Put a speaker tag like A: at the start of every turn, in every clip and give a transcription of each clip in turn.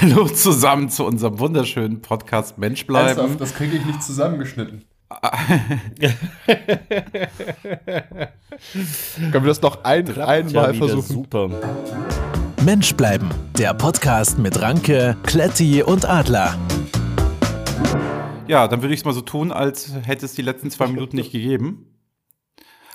A: Hallo zusammen zu unserem wunderschönen Podcast Mensch bleiben.
B: Ernsthaft, das kriege ich nicht zusammengeschnitten. Können wir das noch ein, einmal
C: wieder
B: versuchen?
C: Super.
D: Mensch bleiben, der Podcast mit Ranke, Kletti und Adler.
A: Ja, dann würde ich es mal so tun, als hätte es die letzten zwei Minuten nicht gegeben.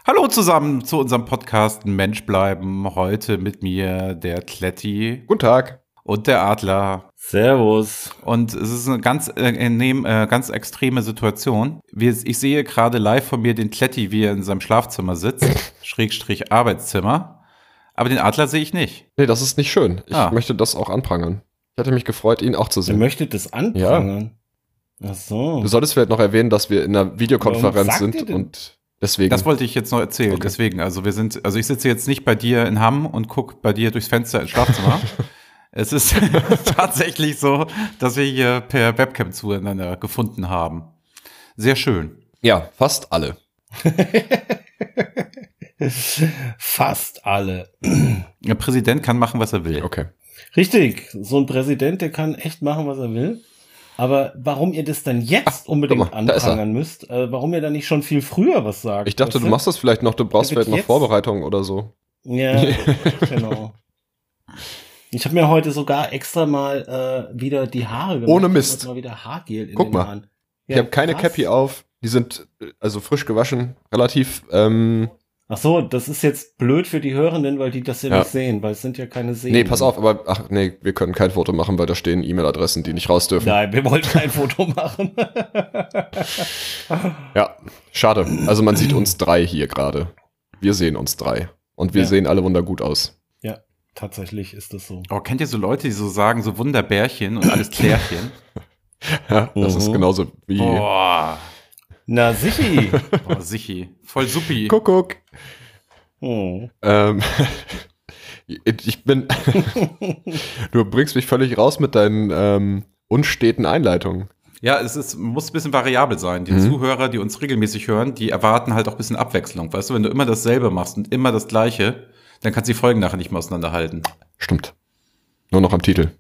A: Hallo zusammen zu unserem Podcast Mensch bleiben. Heute mit mir der Kletti
B: Guten Tag.
A: und der Adler.
C: Servus.
A: Und es ist eine ganz, äh, entnehm- äh, ganz extreme Situation. Wir, ich sehe gerade live von mir den Kletti, wie er in seinem Schlafzimmer sitzt, Schrägstrich Arbeitszimmer. Aber den Adler sehe ich nicht.
B: Nee, das ist nicht schön. Ich
A: Ah.
B: möchte das auch anprangern. Ich hätte mich gefreut, ihn auch zu
C: Ihr
B: sehen.
C: möchtet das anprangern? Ach so.
B: Du solltest vielleicht noch erwähnen, dass wir in einer
C: Warum
B: Videokonferenz
C: sagt ihr
B: sind
C: denn?
B: und deswegen.
A: Das wollte ich jetzt noch erzählen.
B: Okay.
A: Deswegen, also wir sind, also ich sitze jetzt nicht bei dir in Hamm und guck bei dir durchs Fenster ins Schlafzimmer. es ist tatsächlich so, dass wir hier per Webcam zueinander gefunden haben. Sehr schön.
B: ja, fast alle.
C: Fast alle.
A: Der Präsident kann machen, was er will.
B: Okay.
C: Richtig, so ein Präsident, der kann echt machen, was er will. Aber warum ihr das dann jetzt unbedingt
B: guck mal, da ist er.
C: anprangern müsst, äh, warum ihr da nicht schon viel früher was sagt?
B: Ich dachte,
C: weißt
B: du machst das vielleicht noch, du brauchst
C: Ja,
B: vielleicht noch
C: jetzt?
B: Vorbereitungen oder so.
C: Ja, genau. Ich habe mir heute sogar extra mal äh, wieder die Haare gemacht.
B: Ohne
C: Ich hab
B: Mist.
C: heute Mal wieder Haargel in
B: Guck
C: den
B: mal.
C: Haaren.
B: ich habe keine
C: krass.
B: Cappy auf. Die sind äh, also frisch gewaschen, relativ. Ähm,
C: Ach so, das ist jetzt blöd für die Hörenden, weil die das ja,
B: Ja.
C: nicht sehen, weil es sind ja keine Seen.
B: nee, pass auf, aber ach nee, wir können kein Foto machen, weil da stehen E-Mail-Adressen, die nicht raus dürfen.
C: Nein, wir wollten kein Foto machen.
B: Ja, schade. Also man sieht uns drei hier gerade. Wir sehen uns drei. Und wir
C: Ja.
B: sehen alle wundergut aus.
C: Tatsächlich ist das so.
A: Oh, kennt ihr so Leute, die so sagen, so Wunderbärchen und alles Klärchen?
B: Ja, das
C: Mhm.
B: ist genauso wie
A: Boah,
C: Na, sichi.
A: boah, Sichi. Voll suppi.
B: Kuckuck.
C: Hm.
B: Ähm, ich bin. du bringst mich völlig raus mit deinen ähm, unsteten Einleitungen.
A: Ja, es ist, muss ein bisschen variabel sein.
B: Mhm.
A: Die Zuhörer, die uns regelmäßig hören, die erwarten halt auch ein bisschen Abwechslung. Weißt du, wenn du immer dasselbe machst und immer das Gleiche, dann kannst du die Folgen nachher nicht mehr auseinanderhalten.
B: Stimmt. Nur noch am Titel.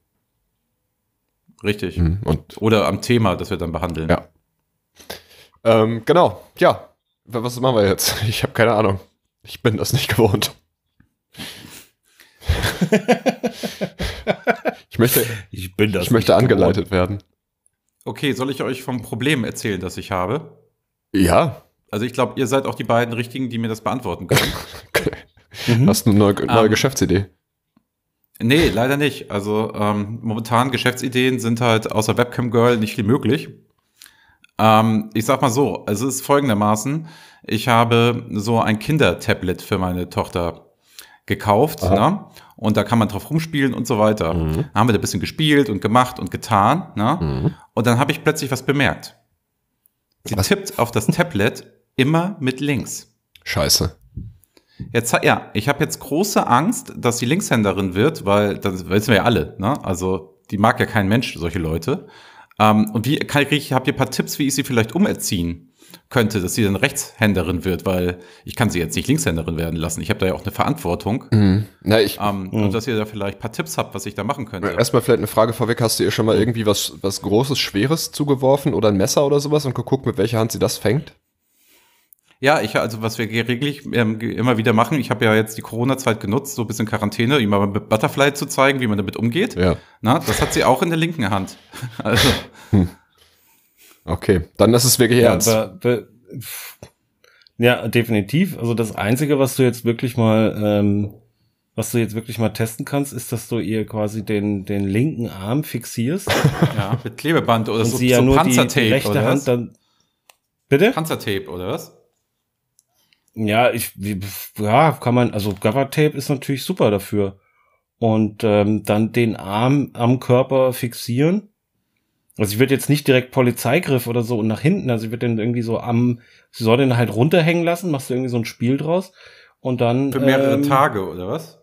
A: Richtig.
B: Mhm. Und
A: Oder am Thema, das wir dann behandeln.
B: Ja. ähm, genau, ja. W- Was machen wir jetzt? Ich habe keine Ahnung. Ich bin das nicht gewohnt. ich möchte,
C: Ich bin das.
B: ich möchte angeleitet werden.
A: Okay, soll ich euch vom Problem erzählen, das ich habe?
B: Ja.
A: Also ich glaube, ihr seid auch die beiden Richtigen, die mir das beantworten können.
C: Mhm.
B: Hm? Hast du eine neue, neue
A: Ähm.
B: Geschäftsidee?
A: nee, leider nicht. Also ähm, momentan Geschäftsideen sind halt außer Webcam Girl nicht viel möglich. Ähm, ich sag mal so, es ist folgendermaßen, ich habe so ein Kindertablet für meine Tochter gekauft, ne? Und da kann man drauf rumspielen und so weiter. Da haben wir da ein bisschen gespielt und gemacht und getan, ne? Und dann habe ich plötzlich was bemerkt. Sie
B: Was?
A: tippt auf das Tablet immer mit links.
B: Scheiße.
A: Jetzt, ha- ja, ich habe jetzt große Angst, dass sie Linkshänderin wird, weil das wissen wir ja alle, ne? Also die mag ja kein Mensch, solche Leute. Ähm, und wie kann ich, habt ihr ein paar Tipps, wie ich sie vielleicht umerziehen könnte, dass sie dann Rechtshänderin wird, weil ich kann sie jetzt nicht Linkshänderin werden lassen. Ich habe da ja auch eine Verantwortung.
B: Mhm. Na, ich,
A: Ähm,
C: Mhm.
A: Und dass ihr da vielleicht ein paar Tipps habt, was ich da machen könnte.
B: Erstmal vielleicht eine Frage vorweg. Hast du ihr schon mal irgendwie was, was Großes, Schweres zugeworfen oder ein Messer oder sowas und geguckt, mit welcher Hand sie das fängt?
A: Ja, ich also was wir geregelt ähm, ge- immer wieder machen, ich habe ja jetzt die Corona-Zeit genutzt, so ein bisschen Quarantäne, ihm mal mit Butterfly zu zeigen, wie man damit umgeht.
B: Ja.
A: Na, das hat sie auch in der linken Hand. Also,
B: Okay, dann ist es wirklich
C: Ja,
B: ernst.
C: aber, be- pff. ja, definitiv. Also das Einzige, was du jetzt wirklich mal, ähm, was du jetzt wirklich mal testen kannst, ist, dass du ihr quasi den, den linken Arm fixierst
A: ja, mit Klebeband oder
C: und
A: so,
C: sie ja
A: so
C: nur die, die
A: Panzertape
C: rechte
A: oder
C: Hand
A: was?
C: dann. Bitte?
A: Panzertape oder was?
C: Ja, ich, wie- ja, kann man, also Cover Tape ist natürlich super dafür. Und ähm, dann den Arm am Körper fixieren. Also ich würde jetzt nicht direkt Polizeigriff oder so und nach hinten, also ich würde den irgendwie so am, sie soll den halt runterhängen lassen, machst du irgendwie so ein Spiel draus und dann.
A: Für mehrere
C: ähm,
A: Tage oder was?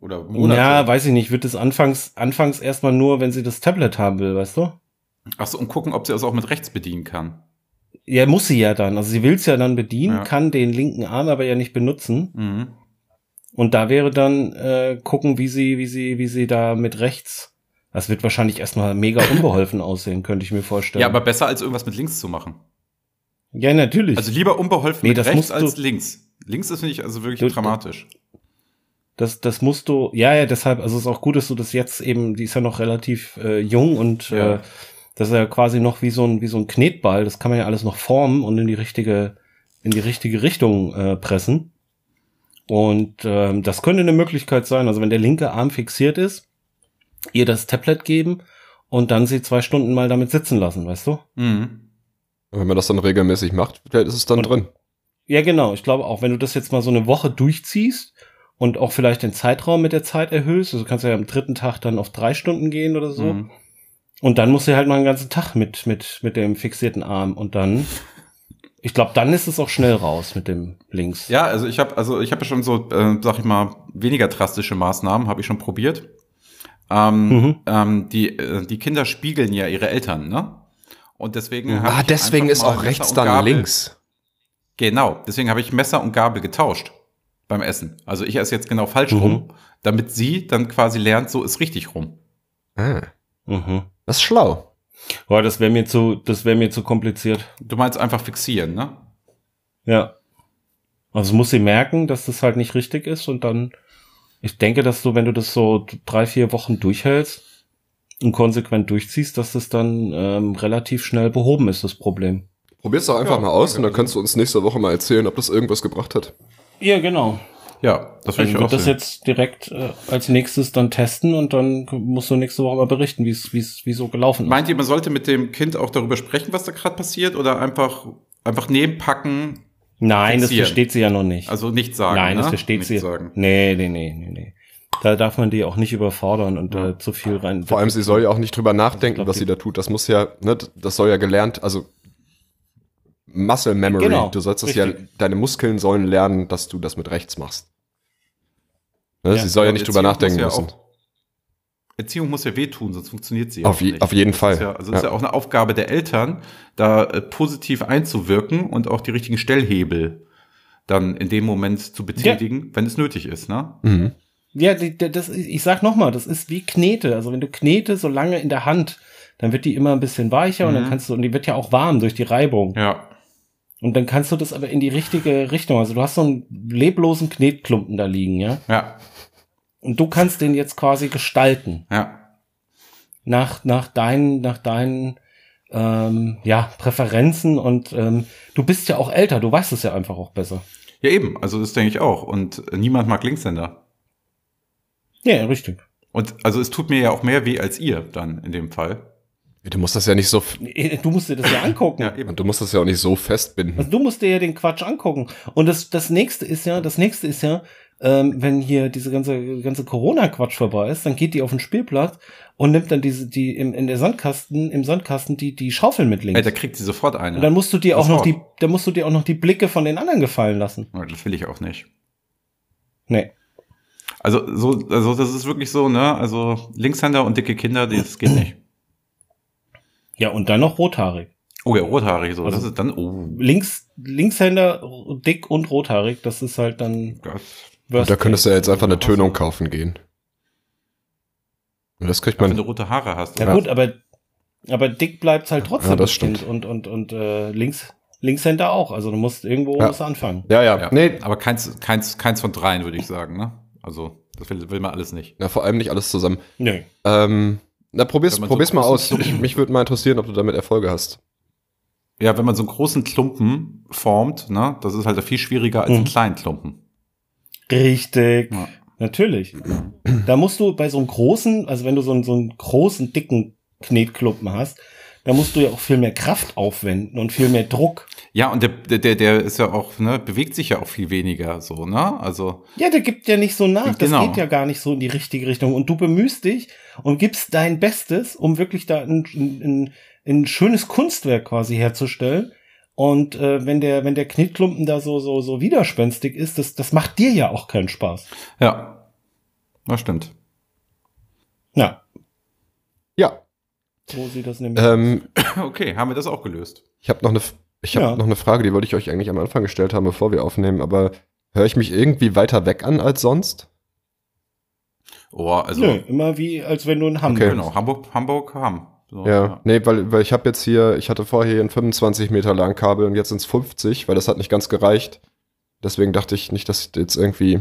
A: Oder Monate?
C: Ja, weiß ich nicht, wird das anfangs, anfangs erstmal nur, wenn sie das Tablet haben will, weißt du?
A: Achso, und gucken, ob sie das auch mit rechts bedienen kann.
C: Ja, muss sie ja dann. Also sie will's ja dann bedienen,
A: Ja.
C: kann den linken Arm aber ja nicht benutzen.
A: Mhm.
C: Und da wäre dann äh, gucken, wie sie, wie sie, wie sie da mit rechts Das wird wahrscheinlich erstmal mega unbeholfen aussehen, könnte ich mir vorstellen.
A: Ja, aber besser als irgendwas mit links zu machen.
C: ja natürlich.
A: Also lieber unbeholfen
C: Nee,
A: mit
C: das
A: rechts
C: musst du-
A: als links. Links ist nicht also wirklich
C: Du- du-
A: dramatisch.
C: Das, das musst du, ja, ja, deshalb, also es ist auch gut, dass du das jetzt eben, die ist ja noch relativ äh, jung und
A: Ja.
C: äh, das ist ja quasi noch wie so ein, wie so ein Knetball, das kann man ja alles noch formen und in die richtige, in die richtige Richtung äh, pressen. Und ähm, das könnte eine Möglichkeit sein. Also wenn der linke Arm fixiert ist, ihr das Tablet geben und dann sie zwei Stunden mal damit sitzen lassen, weißt du?
A: Mhm.
B: Und Wenn man das dann regelmäßig macht, vielleicht ist es dann
C: Und-
B: drin. Ah,
C: Ja, genau. Ich glaube auch, wenn du das jetzt mal so eine Woche durchziehst und auch vielleicht den Zeitraum mit der Zeit erhöhst, also du kannst ja am dritten Tag dann auf drei Stunden gehen oder so.
A: Mhm.
C: Und dann musst du halt mal einen ganzen Tag mit, mit, mit dem fixierten Arm und dann, ich glaube, dann ist es auch schnell raus mit dem links.
A: Ja, also ich habe also ich habe schon so äh, sag ich mal weniger drastische Maßnahmen habe ich schon probiert. Ähm,
C: Mhm.
A: ähm, die äh, die Kinder spiegeln ja ihre Eltern, ne? Und deswegen hab
B: Ah,
A: ich
B: deswegen
A: einfach
B: ist
A: mal
B: auch
A: Messer
B: rechts
A: und
B: dann
A: Gabel-
B: links.
A: Genau, deswegen habe ich Messer und Gabel getauscht beim Essen. Also ich esse jetzt genau falsch
C: Mhm.
A: rum, damit sie dann quasi lernt, so ist richtig rum.
B: Ah,
C: Mhm.
B: das ist schlau.
C: Boah, das wäre mir zu, das wäre mir zu kompliziert.
A: Du meinst einfach fixieren, ne?
C: Ja. Also muss sie merken, dass das halt nicht richtig ist und dann, ich denke, dass du, wenn du das so drei, vier Wochen durchhältst und konsequent durchziehst, dass das dann ähm, relativ schnell behoben ist, das Problem.
B: Probier's doch einfach
A: Ja,
B: mal aus und
A: danke.
B: dann kannst du uns nächste Woche mal erzählen, ob das irgendwas gebracht hat.
C: Ja, genau. Also
A: Ja, das will
C: Ich
A: ich
C: würde
A: auch
C: das
A: sehen.
C: jetzt direkt äh, als nächstes dann testen und dann k- musst du nächste Woche mal berichten, wie es wie es wie so gelaufen ist.
A: Meint ihr, man sollte mit dem Kind auch darüber sprechen, was da gerade passiert, oder einfach einfach nebenpacken,
C: Nein, das
A: fixieren?
C: versteht sie ja noch nicht.
A: also nichts sagen?
C: Nein, das
A: ne?
C: versteht
A: nichts
C: sie.
A: Sagen.
C: Nee, nee, nee, nee, nee. Da darf man die auch nicht überfordern und da zu viel rein.
B: Vor allem, sie soll ja auch nicht drüber nachdenken,
C: glaub,
B: was
C: die-
B: sie da tut. Das muss ja, ne, das soll ja gelernt, also Muscle Memory.
C: Genau,
B: du sollst das ja,
C: richtig.
B: deine Muskeln sollen lernen, dass du das mit rechts machst. Ne,
C: Ja,
B: sie soll ja
A: Und
B: nicht drüber
A: Erziehung
B: nachdenken
A: muss ja
B: müssen.
A: Auch, Erziehung muss ja wehtun, sonst funktioniert sie ja
B: Auf,
A: auch
B: je,
A: nicht.
B: auf jeden Fall.
A: Ist ja, also ist ja auch eine Aufgabe der Eltern, da äh, positiv einzuwirken und auch die richtigen Stellhebel dann in dem Moment zu betätigen, wenn es nötig ist, ne?
B: mhm.
C: Ja, die, die- das, ich sag nochmal, das ist wie Knete. Also wenn du Knete so lange in der Hand, dann wird die immer ein bisschen weicher und
A: Mhm.
C: dann kannst du, und die wird ja auch warm durch die Reibung.
A: Ja.
C: Und dann kannst du das aber in die richtige Richtung. Also du hast so einen leblosen Knetklumpen da liegen, ja.
A: Ja,
C: Und du kannst den jetzt quasi gestalten.
A: ja.
C: Nach, nach deinen, nach deinen ähm, ja, Präferenzen und ähm, du bist ja auch älter, du weißt es ja einfach auch besser.
A: Ja, eben. Also das denke ich auch. Und äh, niemand mag Linkshänder.
C: Ja, richtig.
A: Und also es tut mir ja auch mehr weh als ihr dann in dem Fall.
B: Du musst das ja nicht so, f-
C: Du musst dir das ja angucken.
A: Ja, eben.
B: du musst das ja auch nicht so festbinden.
C: Also du musst dir ja den Quatsch angucken. Und das, das nächste ist ja, das nächste ist ja, ähm, wenn hier diese ganze, ganze Corona-Quatsch vorbei ist, dann geht die auf den Spielplatz und nimmt dann diese, die im, in der Sandkasten, im Sandkasten die, die Schaufel mit links.
A: Ey, da kriegt sie sofort eine.
C: und dann musst du dir auch
A: Das
C: noch
A: auch.
C: die, dann musst du dir auch noch die Blicke von den anderen gefallen lassen.
A: Ja, Das will ich auch nicht.
C: Nee.
A: Also, so, also das ist wirklich so, ne? Also Linkshänder und dicke Kinder, das geht nicht.
C: Ja, und dann noch rothaarig.
A: Oh ja, rothaarig so.
C: Also-
A: das ist dann. Oh,
C: Links, Linkshänder, dick und rothaarig, das ist halt dann
A: Gott.
C: worst
B: Da könntest du ja
C: case.
B: jetzt einfach eine
A: was-
B: Tönung kaufen gehen. Und das kriegt
A: Wenn
B: man.
A: du rote Haare hast.
C: Ja,
A: oder?
C: gut, aber, aber dick bleibt halt trotzdem.
B: Ja, das
C: bestimmt.
B: stimmt.
C: Und, und, und äh, links, Linkshänder auch. Also du musst irgendwo
B: Ja.
C: musst du anfangen.
B: Ja, ja,
A: Ja,
B: Nee,
A: aber keins, keins, keins von dreien, würde ich sagen, ne? Also, das will, will man alles nicht.
B: na, vor allem nicht alles zusammen.
C: Nee.
B: Ähm, na, probier's,
A: Wenn man so
B: probier's mal aus.
A: großen
B: Mich würde mal interessieren, ob du damit Erfolge hast.
A: Ja, wenn man so einen großen Klumpen formt, ne? Das ist halt viel schwieriger als
C: Mhm.
A: einen kleinen Klumpen.
C: Richtig.
A: Ja.
C: Natürlich. Da musst du bei so einem großen, also wenn du so einen, so einen großen, dicken Knetklumpen hast, da musst du ja auch viel mehr Kraft aufwenden und viel mehr Druck.
A: Ja, und der, der, der- der ist ja auch, ne? Bewegt sich ja auch viel weniger, so, ne? Also,
C: Ja, der gibt ja nicht so nach. Das
A: Genau.
C: geht ja gar nicht so in die richtige Richtung. Und du bemühst dich und gibst dein Bestes, um wirklich da ein, ein, ein schönes Kunstwerk quasi herzustellen. Und äh, wenn der, wenn der Knetklumpen da so, so, so widerspenstig ist, das, das macht dir ja auch keinen Spaß.
A: ja. Das stimmt.
C: Ja,
B: Ja.
C: so sieht das
A: Äh,
C: nämlich.
B: Ähm,
A: Okay, haben wir das auch gelöst.
B: ich habe noch eine, F- ich hab
C: Ja.
B: noch eine Frage, die wollte ich euch eigentlich am Anfang gestellt haben, bevor wir aufnehmen, aber höre ich mich irgendwie weiter weg an als sonst?
A: Oh, also
C: Nö, immer wie, als wenn du in Hamburg
B: Okay.
C: bist.
A: genau, Hamburg, Hamburg, Hamm. So,
B: Ja, nee, weil, weil ich habe jetzt hier, ich hatte vorher hier ein 25 Meter lang Kabel und jetzt sind es 50, weil das hat nicht ganz gereicht. Deswegen dachte ich nicht, dass jetzt irgendwie,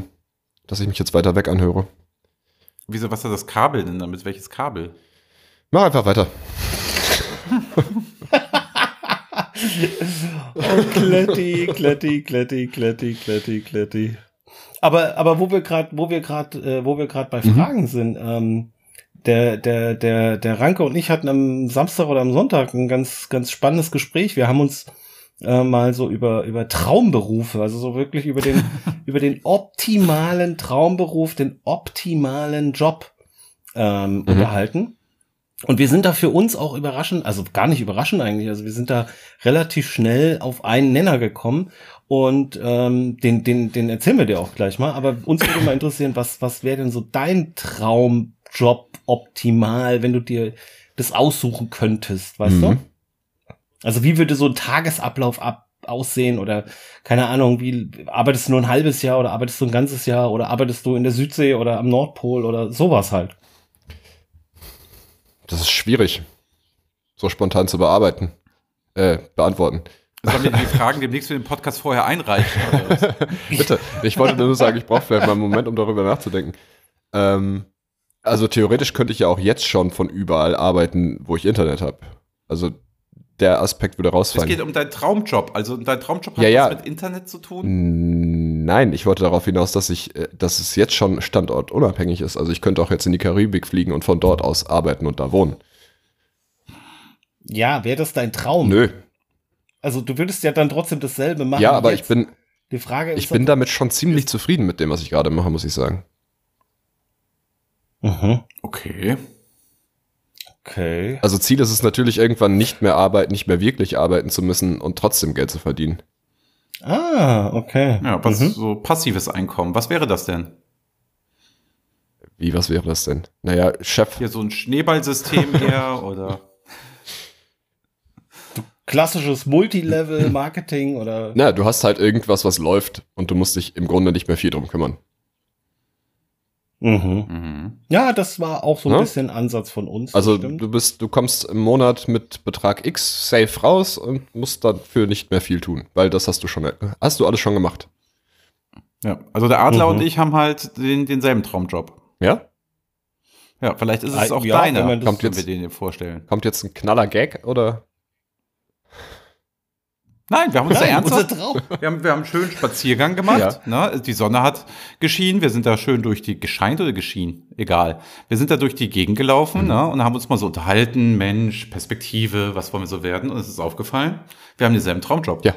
B: dass ich mich jetzt weiter weg anhöre.
A: Wieso, was hat das Kabel denn damit? Welches Kabel?
B: Mach einfach weiter.
C: Oh, Kletti, Kletti, Kletti, Kletti, Kletti, Kletti. Aber, aber wo wir gerade, wo wir gerade, äh, wo wir gerade bei
B: Mhm.
C: Fragen sind, ähm, der, der, der, der Ranke und ich hatten am Samstag oder am Sonntag ein ganz, ganz spannendes Gespräch. Wir haben uns äh, mal so über, über Traumberufe, also so wirklich über den, über den optimalen Traumberuf, den optimalen Job ähm, unterhalten. Und wir sind da für uns auch überraschend, also gar nicht überraschend eigentlich, also wir sind da relativ schnell auf einen Nenner gekommen und ähm, den, den, den erzählen wir dir auch gleich mal. Aber uns würde mal interessieren, was, was wäre denn so dein Traumjob optimal, wenn du dir das aussuchen könntest, weißt
B: Mhm.
C: du? Also wie würde so ein Tagesablauf ab aussehen oder keine Ahnung, wie arbeitest du nur ein halbes Jahr oder arbeitest du ein ganzes Jahr oder arbeitest du in der Südsee oder am Nordpol oder sowas halt.
B: Das ist schwierig, so spontan zu bearbeiten, äh, beantworten.
A: Sollen wir die Fragen demnächst für den Podcast vorher einreichen? Oder was?
B: Bitte, ich wollte nur sagen, ich brauche vielleicht mal einen Moment, um darüber nachzudenken. Ähm, also theoretisch könnte ich ja auch jetzt schon von überall arbeiten, wo ich Internet habe. Also der Aspekt würde
A: Es
B: rausfallen.
A: geht um deinen Traumjob. Also dein Traumjob hat
B: Ja, ja.
A: was mit Internet zu tun.
B: Nein, ich wollte darauf hinaus, dass ich, äh, dass es jetzt schon standortunabhängig ist. Also ich könnte auch jetzt in die Karibik fliegen und von dort aus arbeiten und da wohnen.
C: Ja, wäre das dein Traum?
B: Nö,
C: Also du würdest ja dann trotzdem dasselbe machen.
B: ja,
C: wie
B: aber
C: jetzt. äh,
B: ich bin,
C: Die Frage ist
B: ich bin
C: da.
B: damit schon ziemlich zufrieden mit dem, was ich gerade mache, muss ich sagen.
C: Mhm.
A: Okay.
C: Okay.
B: Also Ziel ist es natürlich irgendwann nicht mehr arbeiten, nicht mehr wirklich arbeiten zu müssen und trotzdem Geld zu verdienen.
C: Ah, okay.
A: Ja, was
C: Mhm.
A: so passives Einkommen. Was wäre das denn?
B: Wie, was wäre das denn? Naja, Chef.
A: Hier so ein Schneeballsystem eher oder?
C: Klassisches Multilevel-Marketing oder
B: Na, du hast halt irgendwas, was läuft und du musst dich im Grunde nicht mehr viel drum kümmern.
C: mhm.
A: Mhm.
C: Ja, das war auch so ein
B: Ne?
C: bisschen Ansatz von uns.
B: Also
C: das stimmt.
B: du bist, du kommst im Monat mit Betrag X safe raus und musst dafür nicht mehr viel tun, weil das hast du schon, hast du alles schon gemacht.
A: Ja, also der Adler
C: Mhm.
A: und ich haben halt den, denselben Traumjob.
B: Ja?
A: Ja, vielleicht ist es
C: Ah,
A: auch
C: ja, wenn
A: deiner,
C: man das-
A: kommt
B: Kommt
A: wenn
B: jetzt-
A: wir den dir vorstellen.
B: Kommt jetzt ein knaller Gag oder?
A: Nein, wir haben uns da
C: Nein,
A: ernsthaft
C: unser Traum.
A: Wir haben, wir haben einen schönen Spaziergang gemacht. Ne? Die Sonne hat geschienen. Wir sind da schön durch die, gescheint oder geschienen, egal. Wir sind da durch die Gegend
B: Mhm.
A: gelaufen ne? und haben uns mal so unterhalten. Mensch, Perspektive, was wollen wir so werden? Und es ist aufgefallen, wir haben denselben Traumjob.
B: Ja.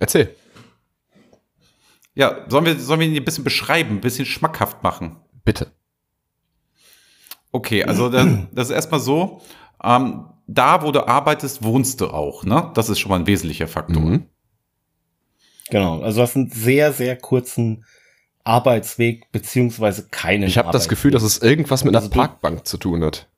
B: Erzähl.
A: Ja, sollen wir, sollen wir ihn ein bisschen beschreiben, ein bisschen schmackhaft machen?
B: Bitte.
A: Okay, also das, das ist erstmal so, ähm, da, wo du arbeitest, wohnst du auch. Ne? Das ist schon mal ein wesentlicher Faktor.
B: Mhm.
C: Genau, also du hast einen sehr, sehr kurzen Arbeitsweg, beziehungsweise keinen
B: Ich habe das
C: Arbeitsweg.
B: Gefühl, dass es irgendwas mit einer
C: Also du-
B: Parkbank zu tun hat.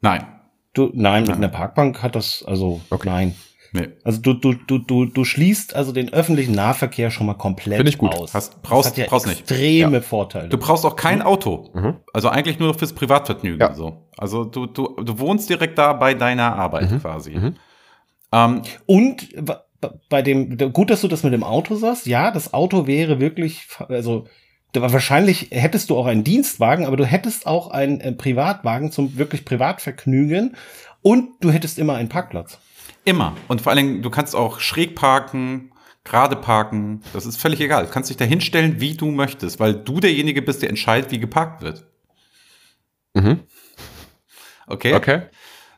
A: Nein.
C: Du, nein, mit einer Parkbank hat das, also
B: Okay.
C: nein.
A: Nee.
C: Also du, du, du, du, du schließt also den öffentlichen Nahverkehr schon mal komplett
B: Finde ich gut.
C: aus.
A: Hast- brauchst-
C: das hat ja
A: brauchst nicht.
C: extreme Vorteile.
A: Du brauchst auch kein Auto.
B: Mhm.
A: Also eigentlich nur fürs Privatvergnügen.
B: Ja.
A: So. Also du, du, du wohnst direkt da bei deiner Arbeit quasi.
B: Mhm.
A: Ähm,
C: Und wa- ba- bei dem, da- gut, dass du das mit dem Auto sagst. Ja, das Auto wäre wirklich, fa- also da war wahrscheinlich hättest du auch einen Dienstwagen, aber du hättest auch einen äh, Privatwagen zum wirklich Privatvergnügen und du hättest immer einen Parkplatz.
A: immer. Und vor allen Dingen, du kannst auch schräg parken, gerade parken. Das ist völlig egal. Du kannst dich da hinstellen, wie du möchtest, weil du derjenige bist, der entscheidet, wie geparkt wird.
B: Mhm.
A: Okay?
B: Okay.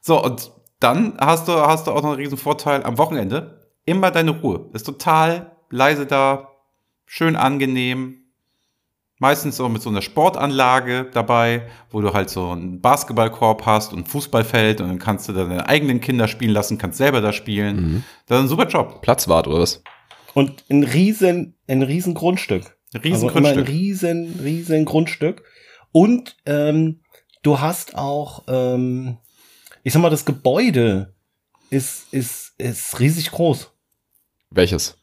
A: So, und dann hast du, hast du auch noch einen riesen Vorteil am Wochenende. Immer deine Ruhe. Ist total leise da, schön angenehm. Meistens auch mit so einer Sportanlage dabei, wo du halt so einen Basketballkorb hast und ein Fußballfeld und dann kannst du da deine eigenen Kinder spielen lassen, kannst selber da spielen.
B: Mhm.
A: Das ist ein super Job.
B: Platzwart oder was?
C: Und ein riesen, ein riesen Grundstück.
A: Ein
C: Also immer
A: Riesengrundstück.
C: ein riesen, riesen Grundstück. Und ähm, du hast auch, ähm, ich sag mal, das Gebäude ist, ist, ist riesig groß.
B: Welches?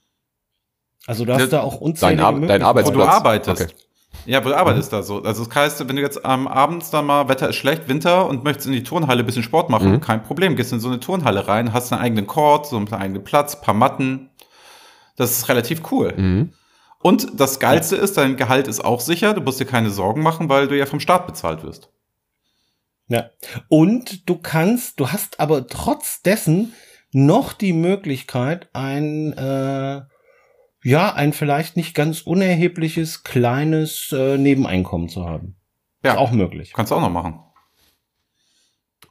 C: Also du hast
A: Ja,
C: da auch
B: Dein,
C: unzählige
B: Ar dein
C: Möglichkeiten.
A: Wo
B: Arbeitsplatz.
A: Oh, du arbeitest.
B: Okay. Mhm.
A: Ja, wo du arbeitest da so. Also das heißt, wenn du jetzt am abends dann mal, Wetter ist schlecht, Winter und möchtest in die Turnhalle ein bisschen Sport machen,
B: Mhm.
A: kein Problem. Gehst in so eine Turnhalle rein, hast einen eigenen Court, so einen eigenen Platz, paar Matten. Das ist relativ cool.
B: Mhm.
A: Und das Geilste ist, dein Gehalt ist auch sicher, du musst dir keine Sorgen machen, weil du ja vom Staat bezahlt wirst.
C: Und du kannst, du hast aber trotz dessen noch die Möglichkeit, ein, äh, ja, ein vielleicht nicht ganz unerhebliches, kleines äh, Nebeneinkommen zu haben.
A: Ja,
C: Ist auch möglich.
A: kannst du auch noch machen.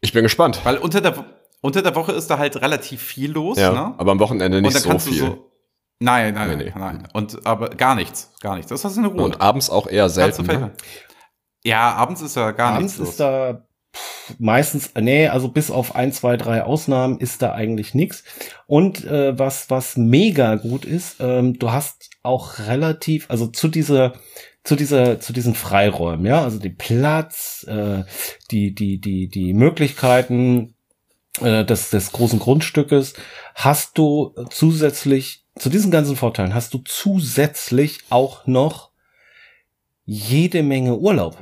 B: Ich bin gespannt.
A: Weil unter der, unter der Woche ist da halt relativ viel los,
B: Ja,
A: ne?
B: aber am Wochenende nicht so viel.
A: Nein, nein,
B: Nee,
A: nein, nein. Und aber gar nichts, gar nichts. Das ist eine Ruhe.
B: Und abends auch eher
A: Kannst
B: selten.
A: du
B: Ne?
A: verhindern. Ja, abends ist da gar
C: Abends
A: nichts los.
C: ist da pff, meistens, nee, also bis auf ein, zwei, drei Ausnahmen ist da eigentlich nichts. Und äh, was, was mega gut ist, ähm, du hast auch relativ, also zu dieser, zu dieser, zu diesen Freiräumen, ja, also den Platz, äh, die, die, die, die Möglichkeiten äh, des, des großen Grundstückes, hast du zusätzlich, zu diesen ganzen Vorteilen, hast du zusätzlich auch noch jede Menge Urlaub.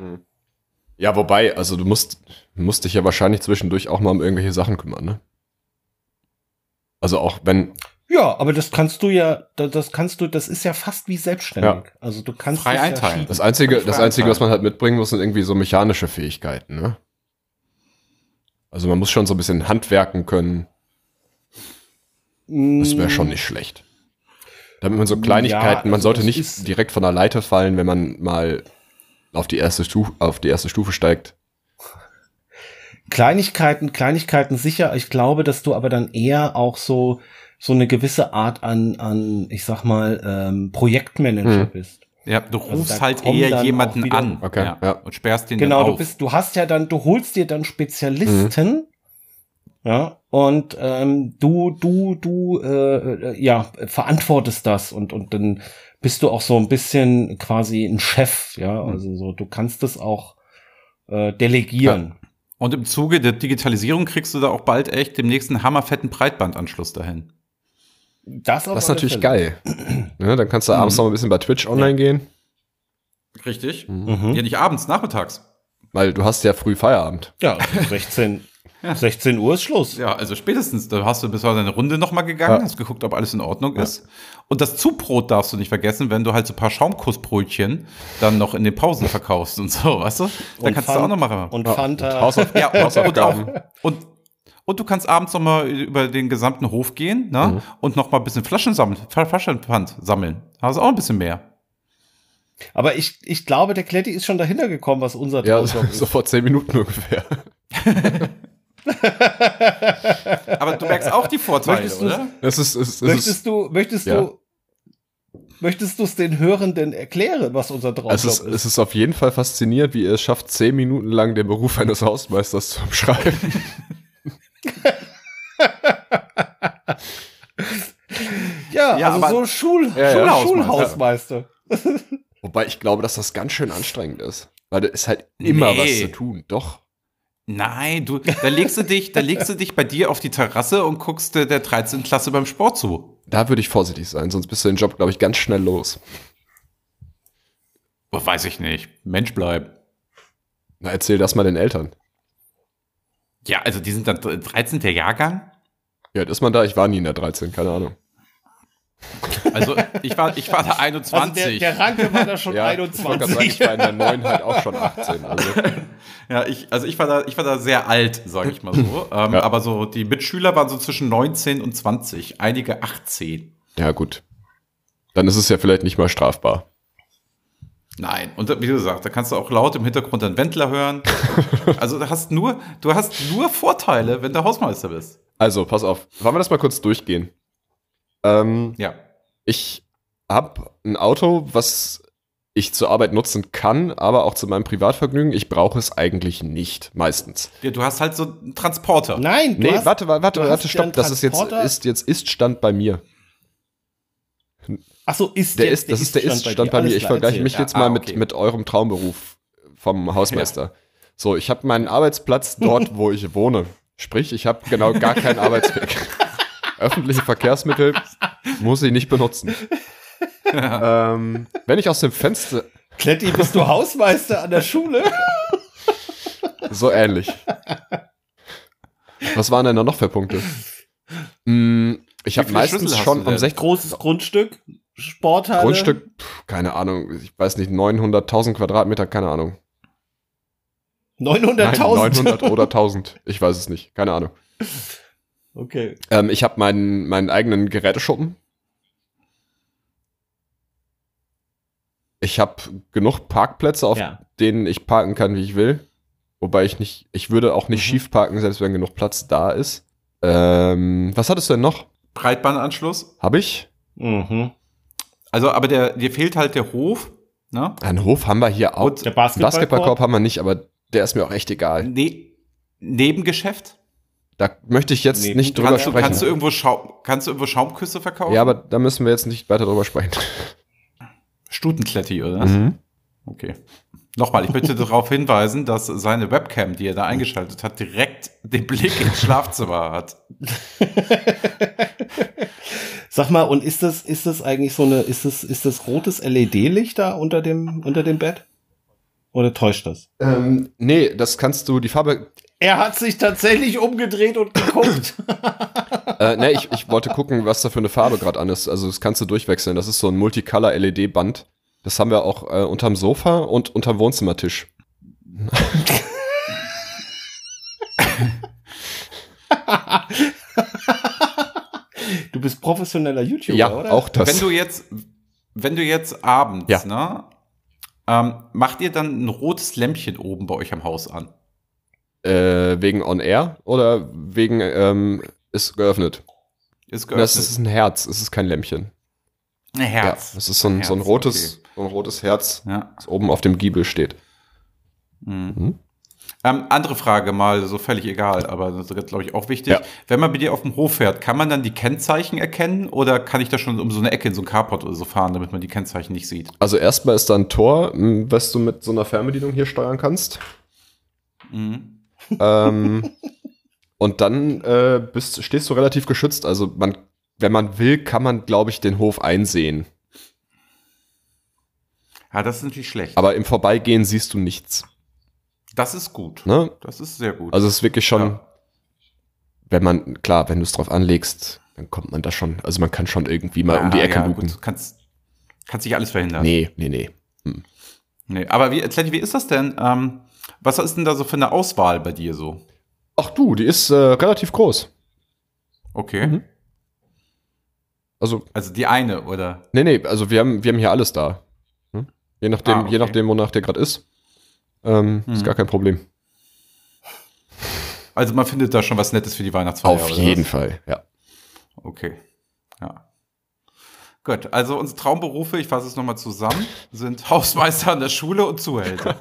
B: Ja, wobei, also du musst, musst dich ja wahrscheinlich zwischendurch auch mal um irgendwelche Sachen kümmern, ne? Also auch wenn,
C: Ja, aber das kannst du ja, da- das kannst du, das ist ja fast wie selbstständig. Also du kannst
A: Frei
C: es ja
A: einteilen.
C: schieben.
B: das Einzige,
A: Kann ich
B: das
A: mir
B: Einzige,
A: einfallen.
B: was man halt mitbringen muss, sind irgendwie so mechanische Fähigkeiten, ne? Also man muss schon so ein bisschen handwerken können. Das
C: Mm,
B: wäre schon nicht schlecht. Damit man so Kleinigkeiten,
C: Ja,
B: man
C: also
B: sollte
C: das
B: nicht
C: ist-
B: direkt von der Leiter fallen, wenn man mal auf die erste Stufe, auf die erste Stufe steigt.
C: Kleinigkeiten, Kleinigkeiten sicher. Ich glaube, dass du aber dann eher auch so so eine gewisse Art an an, ich sag mal ähm, Projektmanager
B: Hm.
C: bist.
A: Ja, du
C: Also
A: rufst
C: da
A: halt
C: kommen dann
A: eher
C: auch
A: jemanden
C: wieder-
A: an
B: Okay,
A: ja,
B: ja.
A: und sperrst den
C: Genau,
A: dann auf.
C: du bist, du hast ja dann, du holst dir dann Spezialisten.
B: Mhm.
C: Ja, und ähm, du, du, du, äh, äh, ja, verantwortest das und, und dann bist du auch so ein bisschen quasi ein Chef, ja,
B: Mhm.
C: also so, du kannst das auch äh, delegieren.
A: und im Zuge der Digitalisierung kriegst du da auch bald echt dem nächsten hammerfetten Breitbandanschluss dahin.
C: Das, auf
B: Das ist
C: alle
B: natürlich
C: Fälle.
B: geil. Ne, dann kannst du abends noch mal ein bisschen bei Twitch online gehen,
A: Richtig?
C: Mhm.
A: Ja, nicht abends, nachmittags.
B: weil du hast ja früh Feierabend.
C: Ja, also 16, 16 Uhr ist Schluss.
A: Ja, also spätestens, da hast du bis heute eine Runde nochmal gegangen,
B: Ja.
A: hast geguckt, ob alles in Ordnung ist. Und das Zubrot darfst du nicht vergessen, wenn du halt so ein paar Schaumkussbrötchen dann noch in den Pausen verkaufst und so, weißt du? Da
C: Und
A: kannst
C: Pfand-
A: du auch noch machen.
C: Und
B: Ja,
C: Fanta.
B: Hausauf
A: ja, und, und, auch,
B: Hausaufgaben.
A: und, und du kannst abends nochmal über den gesamten Hof gehen ne?
B: Mhm.
A: und nochmal ein bisschen Flaschen sammeln, Fa- Flaschenpfand sammeln. Da hast du auch ein bisschen mehr.
C: Aber ich, ich glaube, der Kletti ist schon dahinter gekommen, was unser
B: Ja, so,
C: Traumjob ist.
B: so vor zehn Minuten ungefähr.
A: Aber du merkst auch die Vorteile,
C: Möchtest du-
A: oder?
B: Es ist, es, ist- es ist,
C: Möchtest du, möchtest
B: ja.
C: du, möchtest du es den Hörenden erklären, was unser Traumjob
B: es ist,
C: ist?
B: es ist auf jeden Fall faszinierend, wie ihr es schafft, zehn Minuten lang den Beruf eines Hausmeisters zu beschreiben.
C: ja,
A: Ja,
C: also
A: aber-
C: so Schul,
B: Ja, ja.
C: Schulhaus-
A: Schulhausmeister.
C: Schulhausmeister.
B: Wobei ich glaube, dass das ganz schön anstrengend ist. Weil da ist halt immer
A: Nee.
B: was zu tun, doch.
A: Nein, du, da legst du dich, da legst du dich bei dir auf die Terrasse und guckst äh, der 13. Klasse beim Sport zu.
B: Da würde ich vorsichtig sein, sonst bist du den Job, glaube ich, ganz schnell los.
A: Oh, weiß ich nicht. Mensch bleiben.
B: Na, erzähl das mal den Eltern.
A: Ja, also die sind dann 13. Jahrgang.
B: Ja, ist man da? Ich war nie in der 13, keine Ahnung.
A: Also ich war, ich war da 21.
C: Also der, der Ranke war da schon
B: ja, Ich, wollte gerade sagen, ich
C: 21.
B: war in der 9 halt auch schon 18. Also.
A: ja, ich, also ich war da, ich war da sehr alt, sage ich mal so. Ähm,
B: Ja.
A: Aber so die Mitschüler waren so zwischen 19 und 20, einige 18.
B: Ja, gut. Dann ist es ja vielleicht nicht mal strafbar.
A: Nein. Und wie du gesagt, da kannst du auch laut im Hintergrund einen Wendler hören. Also du hast nur, du hast nur Vorteile, wenn du Hausmeister bist.
B: Also, pass auf. Wollen wir das mal kurz durchgehen? Ähm,
A: Ja.
B: ich habe ein Auto, was ich zur Arbeit nutzen kann, aber auch zu meinem Privatvergnügen. Ich brauche es eigentlich nicht, meistens.
A: ja du hast halt so einen Transporter.
C: Nein, du
B: Nee,
C: hast,
B: warte, warte, warte,
C: du hast
B: warte,
C: ja
B: stopp.
C: einen
B: Das ist jetzt,
C: Transporter.
B: ist jetzt Ist-Stand bei mir.
C: ach so, ist
B: Der
C: jetzt
B: ist, das ist der
C: Iststand
B: Ist-Stand
C: dir.
B: bei mir.
C: Alles
B: Ich
C: klar,
B: vergleiche
C: erzähl.
B: mich
A: Ja,
B: jetzt
A: ah,
B: mal mit,
A: okay.
B: mit eurem Traumberuf vom Hausmeister. So, ich habe meinen Arbeitsplatz dort, wo ich wohne. Sprich, ich habe genau gar keinen Arbeitsweg. Öffentliche Verkehrsmittel muss ich nicht benutzen. ähm, wenn ich aus dem Fenster,
C: Kletti, bist du Hausmeister an der Schule?
B: So ähnlich. Was waren denn da noch für Punkte? Hm, ich
A: Wie
B: habe
A: viele Schlüssel
B: meistens
A: hast du
B: schon
A: denn?
B: am 16.
C: Großes Grundstück, Sporthalle.
B: Grundstück, pf, keine Ahnung, ich weiß nicht, 900.000 Quadratmeter, keine Ahnung.
C: 900.000.
B: Nein, 900 oder 1000, ich weiß es nicht, keine Ahnung.
C: Okay.
B: Ähm, ich habe meinen, meinen eigenen Geräteschuppen. Ich habe genug Parkplätze, auf
C: Ja.
B: denen ich parken kann, wie ich will. Wobei ich nicht, ich würde auch nicht
C: Mhm.
B: schief parken, selbst wenn genug Platz da ist. Ähm, was hattest du denn noch?
A: Breitbandanschluss.
B: Habe ich?
C: Mhm.
A: Also, aber der, dir fehlt halt der Hof, ne?
B: Einen Hof haben wir hier auch.
A: Und
C: Der Basketballkorb.
B: Basketballkorb haben wir nicht, aber der ist mir auch echt egal.
A: ne Nebengeschäft.
B: Da möchte ich jetzt
C: Nee,
B: nicht drüber
A: Kannst du,
B: sprechen.
A: kannst, du irgendwo Schaum, kannst du irgendwo Schaumküsse verkaufen?
B: ja, aber da müssen wir jetzt nicht weiter drüber sprechen.
A: Stutenkletti, oder?
B: Mhm.
A: Okay. Nochmal, ich möchte darauf hinweisen, dass seine Webcam, die er da eingeschaltet hat, direkt den Blick ins Schlafzimmer hat.
C: Sag mal, und ist das, ist das eigentlich so eine, ist das, ist das rotes LED-Licht da unter dem, unter dem Bett? Oder täuscht das?
B: Ähm, nee, das kannst du, die Farbe
C: Er hat sich tatsächlich umgedreht und geguckt.
B: Äh, ne, ich, ich wollte gucken, was da für eine Farbe gerade an ist. Also das kannst du durchwechseln. Das ist so ein Multicolor-LED-Band. Das haben wir auch äh, unterm Sofa und unterm Wohnzimmertisch.
C: du bist professioneller YouTuber,
B: ja,
C: oder?
B: auch das.
A: Wenn du jetzt, wenn du jetzt abends,
B: Ja.
A: ne, ähm, macht ihr dann ein rotes Lämpchen oben bei euch am Haus an?
B: äh, wegen On Air oder wegen ähm, ist geöffnet.
A: Ist
B: Das
A: geöffnet.
B: ist ein Herz, es ist kein Lämpchen.
A: ein Herz.
B: Ja, das ist so ein, so ein
A: Herz,
B: rotes, so ein rotes Herz,
A: Ja.
B: das oben auf dem Giebel steht.
A: Mhm.
B: Mhm.
A: Ähm, andere Frage mal, so völlig egal, aber das ist, glaube ich, auch wichtig.
B: Ja.
A: Wenn man mit dir auf dem Hof fährt, kann man dann die Kennzeichen erkennen oder kann ich da schon um so eine Ecke in so ein Carport oder so fahren, damit man die Kennzeichen nicht sieht?
B: Also erstmal ist da ein Tor, m, was du mit so einer Fernbedienung hier steuern kannst.
A: Mhm.
B: ähm, und dann äh, bist, stehst du relativ geschützt. Also man, wenn man will, kann man, glaube ich, den Hof einsehen.
A: Ja, das ist natürlich schlecht.
B: Aber im Vorbeigehen siehst du nichts.
A: das ist gut.
B: Ne?
A: Das ist sehr gut.
B: Also es ist wirklich schon,
A: Ja.
B: wenn man, klar, wenn du es drauf anlegst, dann kommt man da schon. Also man kann schon irgendwie mal
A: Ja,
B: um die Ecke
A: ja,
B: gucken.
A: gut, Kannst, kannst dich alles verhindern.
B: Nee, nee, nee.
A: Nee, aber wie, Kletti, wie ist das denn? Ähm, was ist denn da so für eine Auswahl bei dir so?
B: Ach du, die ist äh, relativ groß.
A: Okay.
B: Mhm. Also,
A: Also die eine, oder?
B: nee, nee, also wir haben, wir haben hier alles da. Hm? Je nachdem,
A: Ah, okay.
B: je nachdem, wonach der gerade ist. Ähm, Ist
A: Mhm.
B: gar kein Problem.
A: Also man findet da schon was Nettes für die Weihnachtsfeier.
B: Auf
A: oder
B: jeden
A: was?
B: Fall, ja.
A: Okay. Ja. Gut, also unsere Traumberufe, ich fasse es nochmal zusammen, sind Hausmeister an der Schule und Zuhälter.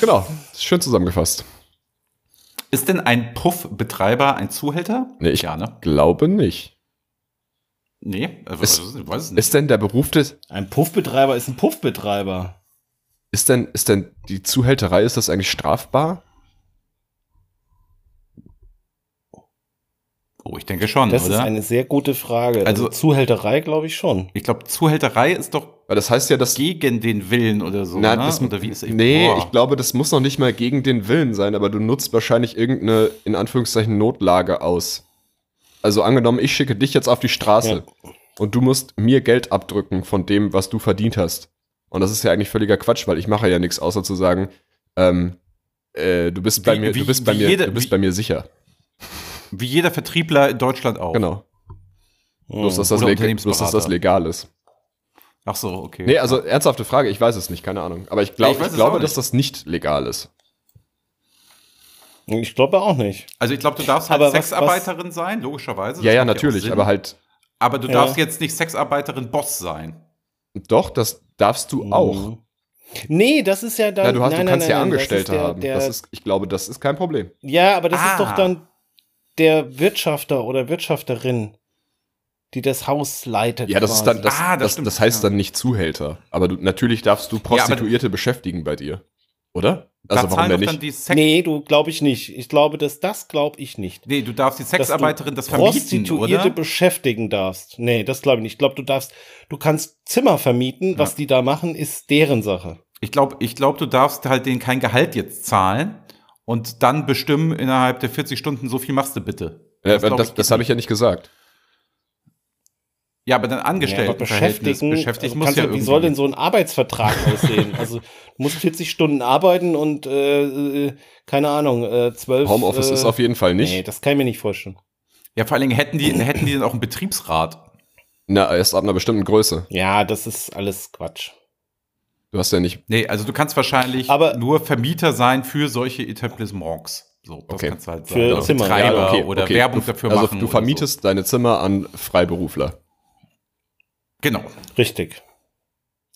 B: Genau, ist schön zusammengefasst.
A: Ist denn ein Puffbetreiber ein Zuhälter?
B: Nee, ich
A: Ja, ne?
B: glaube nicht.
A: Nee, also,
B: Ist-
A: also, weiß es nicht.
B: Ist denn der Beruf des,
C: Ein Puffbetreiber ist ein Puffbetreiber.
B: ist denn, ist denn die Zuhälterei, ist das eigentlich strafbar?
A: oh, ich denke schon,
C: Das ist
A: oder?
C: eine sehr gute Frage. Also,
A: Also-
C: Zuhälterei glaube ich schon.
A: ich glaube, Zuhälterei ist doch
B: Weil das heißt ja, dass,
A: gegen den Willen oder so.
B: na,
A: ne?
B: das,
A: oder wie ist
B: nee,
A: Boah.
B: ich glaube, das muss noch nicht mal gegen den Willen sein, aber du nutzt wahrscheinlich irgendeine, in Anführungszeichen, Notlage aus. Also angenommen, ich schicke dich jetzt auf die Straße und du musst mir Geld abdrücken von dem, was du verdient hast. Und das ist ja eigentlich völliger Quatsch, weil ich mache ja nichts, außer zu sagen, ähm, äh, du bist bei
A: Wie-
B: mir,
A: wie-
B: du bist bei
A: wie
B: mir,
A: jede-
B: du bist
A: wie-
B: bei mir sicher.
A: Wie jeder Vertriebler in Deutschland auch.
B: Genau. Bloß, dass das,
A: Hm. Oder
B: leg- bloß, dass das
A: Unternehmensberater.
B: legal ist.
A: Ach so, okay.
B: Nee, also ernsthafte Frage, ich weiß es nicht, keine Ahnung. Aber ich,
A: Ja,
B: glaub,
A: ich weiß
B: ich
A: es
B: glaube,
A: auch
B: dass das nicht legal ist.
C: Hm. Ich glaube auch nicht.
A: Also ich glaube, du darfst halt
C: Aber was-
A: Sexarbeiterin sein, logischerweise.
B: ja,
A: Das
B: ja,
A: macht auch
B: natürlich,
A: Sinn.
B: aber halt,
A: Aber du
C: Ja.
A: darfst jetzt nicht Sexarbeiterin Boss sein.
B: doch, das darfst du auch.
C: Mhm. Nee, das ist ja dann.
B: Ja, du, hast,
C: nein,
B: du
C: nein,
B: kannst
C: nein,
B: ja
C: nein, das
B: Angestellte
C: ist der-
B: haben.
C: Der,
B: das ist, ich glaube, das ist kein Problem.
C: ja, aber das
A: Ah.
C: ist doch dann der Wirtschafter oder Wirtschafterin, die das Haus leitet.
B: Ja, das ist dann,
C: quasi.
B: das,
A: Ah, das
B: das, das,
A: stimmt,
B: heißt
A: ja.
B: dann nicht Zuhälter. Aber du, natürlich darfst du
A: aber-
B: Prostituierte beschäftigen bei dir. Oder?
A: Da
B: Also warum
A: zahlen
B: denn
A: doch dann
B: nicht?
A: die Sex. Nee.
C: Nee, du glaube ich nicht. Ich glaube, dass das glaube ich nicht.
A: du darfst die
C: Dass du
A: Sexarbeiterin das vermieten,
C: Prostituierte
A: oder?
C: beschäftigen darfst. Nee, das glaube ich nicht. Ich glaube, du darfst, du kannst Zimmer vermieten. Was die da machen, ist deren Sache.
A: Ich glaube, ich glaub, du darfst halt denen kein Gehalt jetzt zahlen und dann bestimmen innerhalb der 40 Stunden, so viel machst du bitte.
B: Ja, das
A: glaub
B: Äh, das, das habe ich ja nicht gesagt.
A: Ja, aber dann
C: Ja,
A: angestellt.
C: aber beschäftigen,
A: beschäftigt
C: also
A: muss
C: kannst
A: ja
C: du, wie
A: irgendwie.
C: soll denn so ein Arbeitsvertrag aussehen? Also du musst 40 Stunden arbeiten und äh, äh, keine Ahnung, äh, 12
B: Homeoffice
C: äh,
B: ist auf jeden Fall nicht.
C: Nee, das kann ich mir nicht vorstellen.
A: ja, vor allen Dingen hätten die, hätten die dann auch einen Betriebsrat.
B: Na, erst ab einer bestimmten Größe.
C: Ja, das ist alles Quatsch.
B: Du hast ja nicht.
A: Nee, also du kannst wahrscheinlich
C: Aber-
A: nur Vermieter sein für solche Etablissements. So, das
B: Okay.
A: kannst du halt
C: Für
A: sein. Oder
C: Zimmer, ja,
A: Betreiber
B: okay,
A: oder
B: okay.
A: Werbung
B: du,
A: dafür
B: also
A: machen.
B: du
A: oder
B: vermietest deine Zimmer an Freiberufler.
A: So. Genau.
C: Richtig.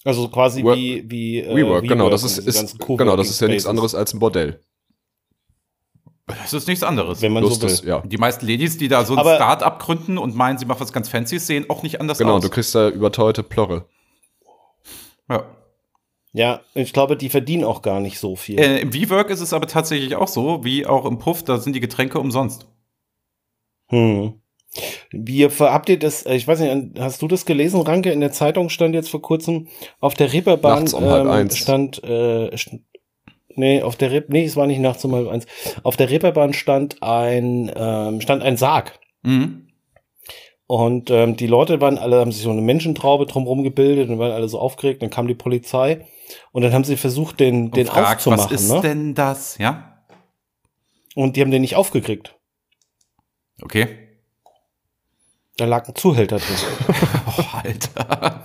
C: Also quasi
B: Work-
C: wie, wie äh,
B: WeWork, genau, das
C: und
B: ist,
C: diese
B: ist
C: ganzen
B: genau, das ist ja nichts
C: Coworking-Spaces,
B: anderes als ein Bordell.
A: Das ist nichts anderes.
C: Wenn man
B: Bloß
C: so will.
B: das, ja.
A: die meisten Ladies, die da so ein
C: Aber-
A: Start-up gründen und meinen, sie machen was ganz Fancyes, sehen auch nicht anders
B: Genau,
A: aus.
B: du kriegst da überteuerte Plorre.
A: ja.
C: Ja, ich glaube, die verdienen auch gar nicht so viel.
A: Äh, Im WeWork ist es aber tatsächlich auch so, wie auch im Puff, da sind die Getränke umsonst.
C: Hm. Wie ver- habt ihr das, äh, ich weiß nicht, hast du das gelesen, Ranke? In der Zeitung stand jetzt vor kurzem auf der Reeperbahn ähm,
B: Nachts um halb eins.
C: stand, äh, st nee, auf der Reep, nee, es war nicht nachts um halb eins. Auf der Reeperbahn stand ein, ähm, stand ein Sarg.
A: Mhm.
C: Und ähm, die Leute waren alle, haben sich so eine Menschentraube drumherum gebildet und waren alle so aufgeregt. Dann kam die Polizei und dann haben sie versucht, den,
A: Und
C: den
A: fragt, was
C: aufzumachen.
A: ist
C: ne?
A: denn das? Ja,
C: Und die haben den nicht aufgekriegt.
A: okay.
C: Da lag ein Zuhälter drin.
A: Oh, Alter.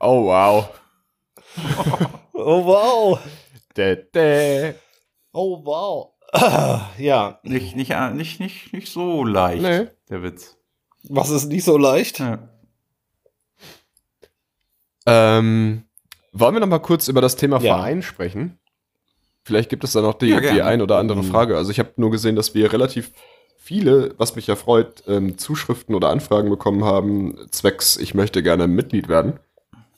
B: Oh wow.
C: oh wow!
B: Dä, dä.
C: Oh wow! ja,
A: Nicht, nicht, äh, nicht, nicht, nicht so leicht,
B: Nee.
A: der Witz.
C: was ist nicht so leicht?
A: Ja.
B: Ähm, wollen wir noch mal kurz über das Thema
C: Ja.
B: Verein sprechen? Vielleicht gibt es da noch die,
A: Ja, gerne.
B: die ein oder andere
C: Mhm.
B: Frage. Also ich habe nur gesehen, dass wir relativ viele, was mich ja freut, ähm, Zuschriften oder Anfragen bekommen haben, zwecks ich möchte gerne Mitglied werden.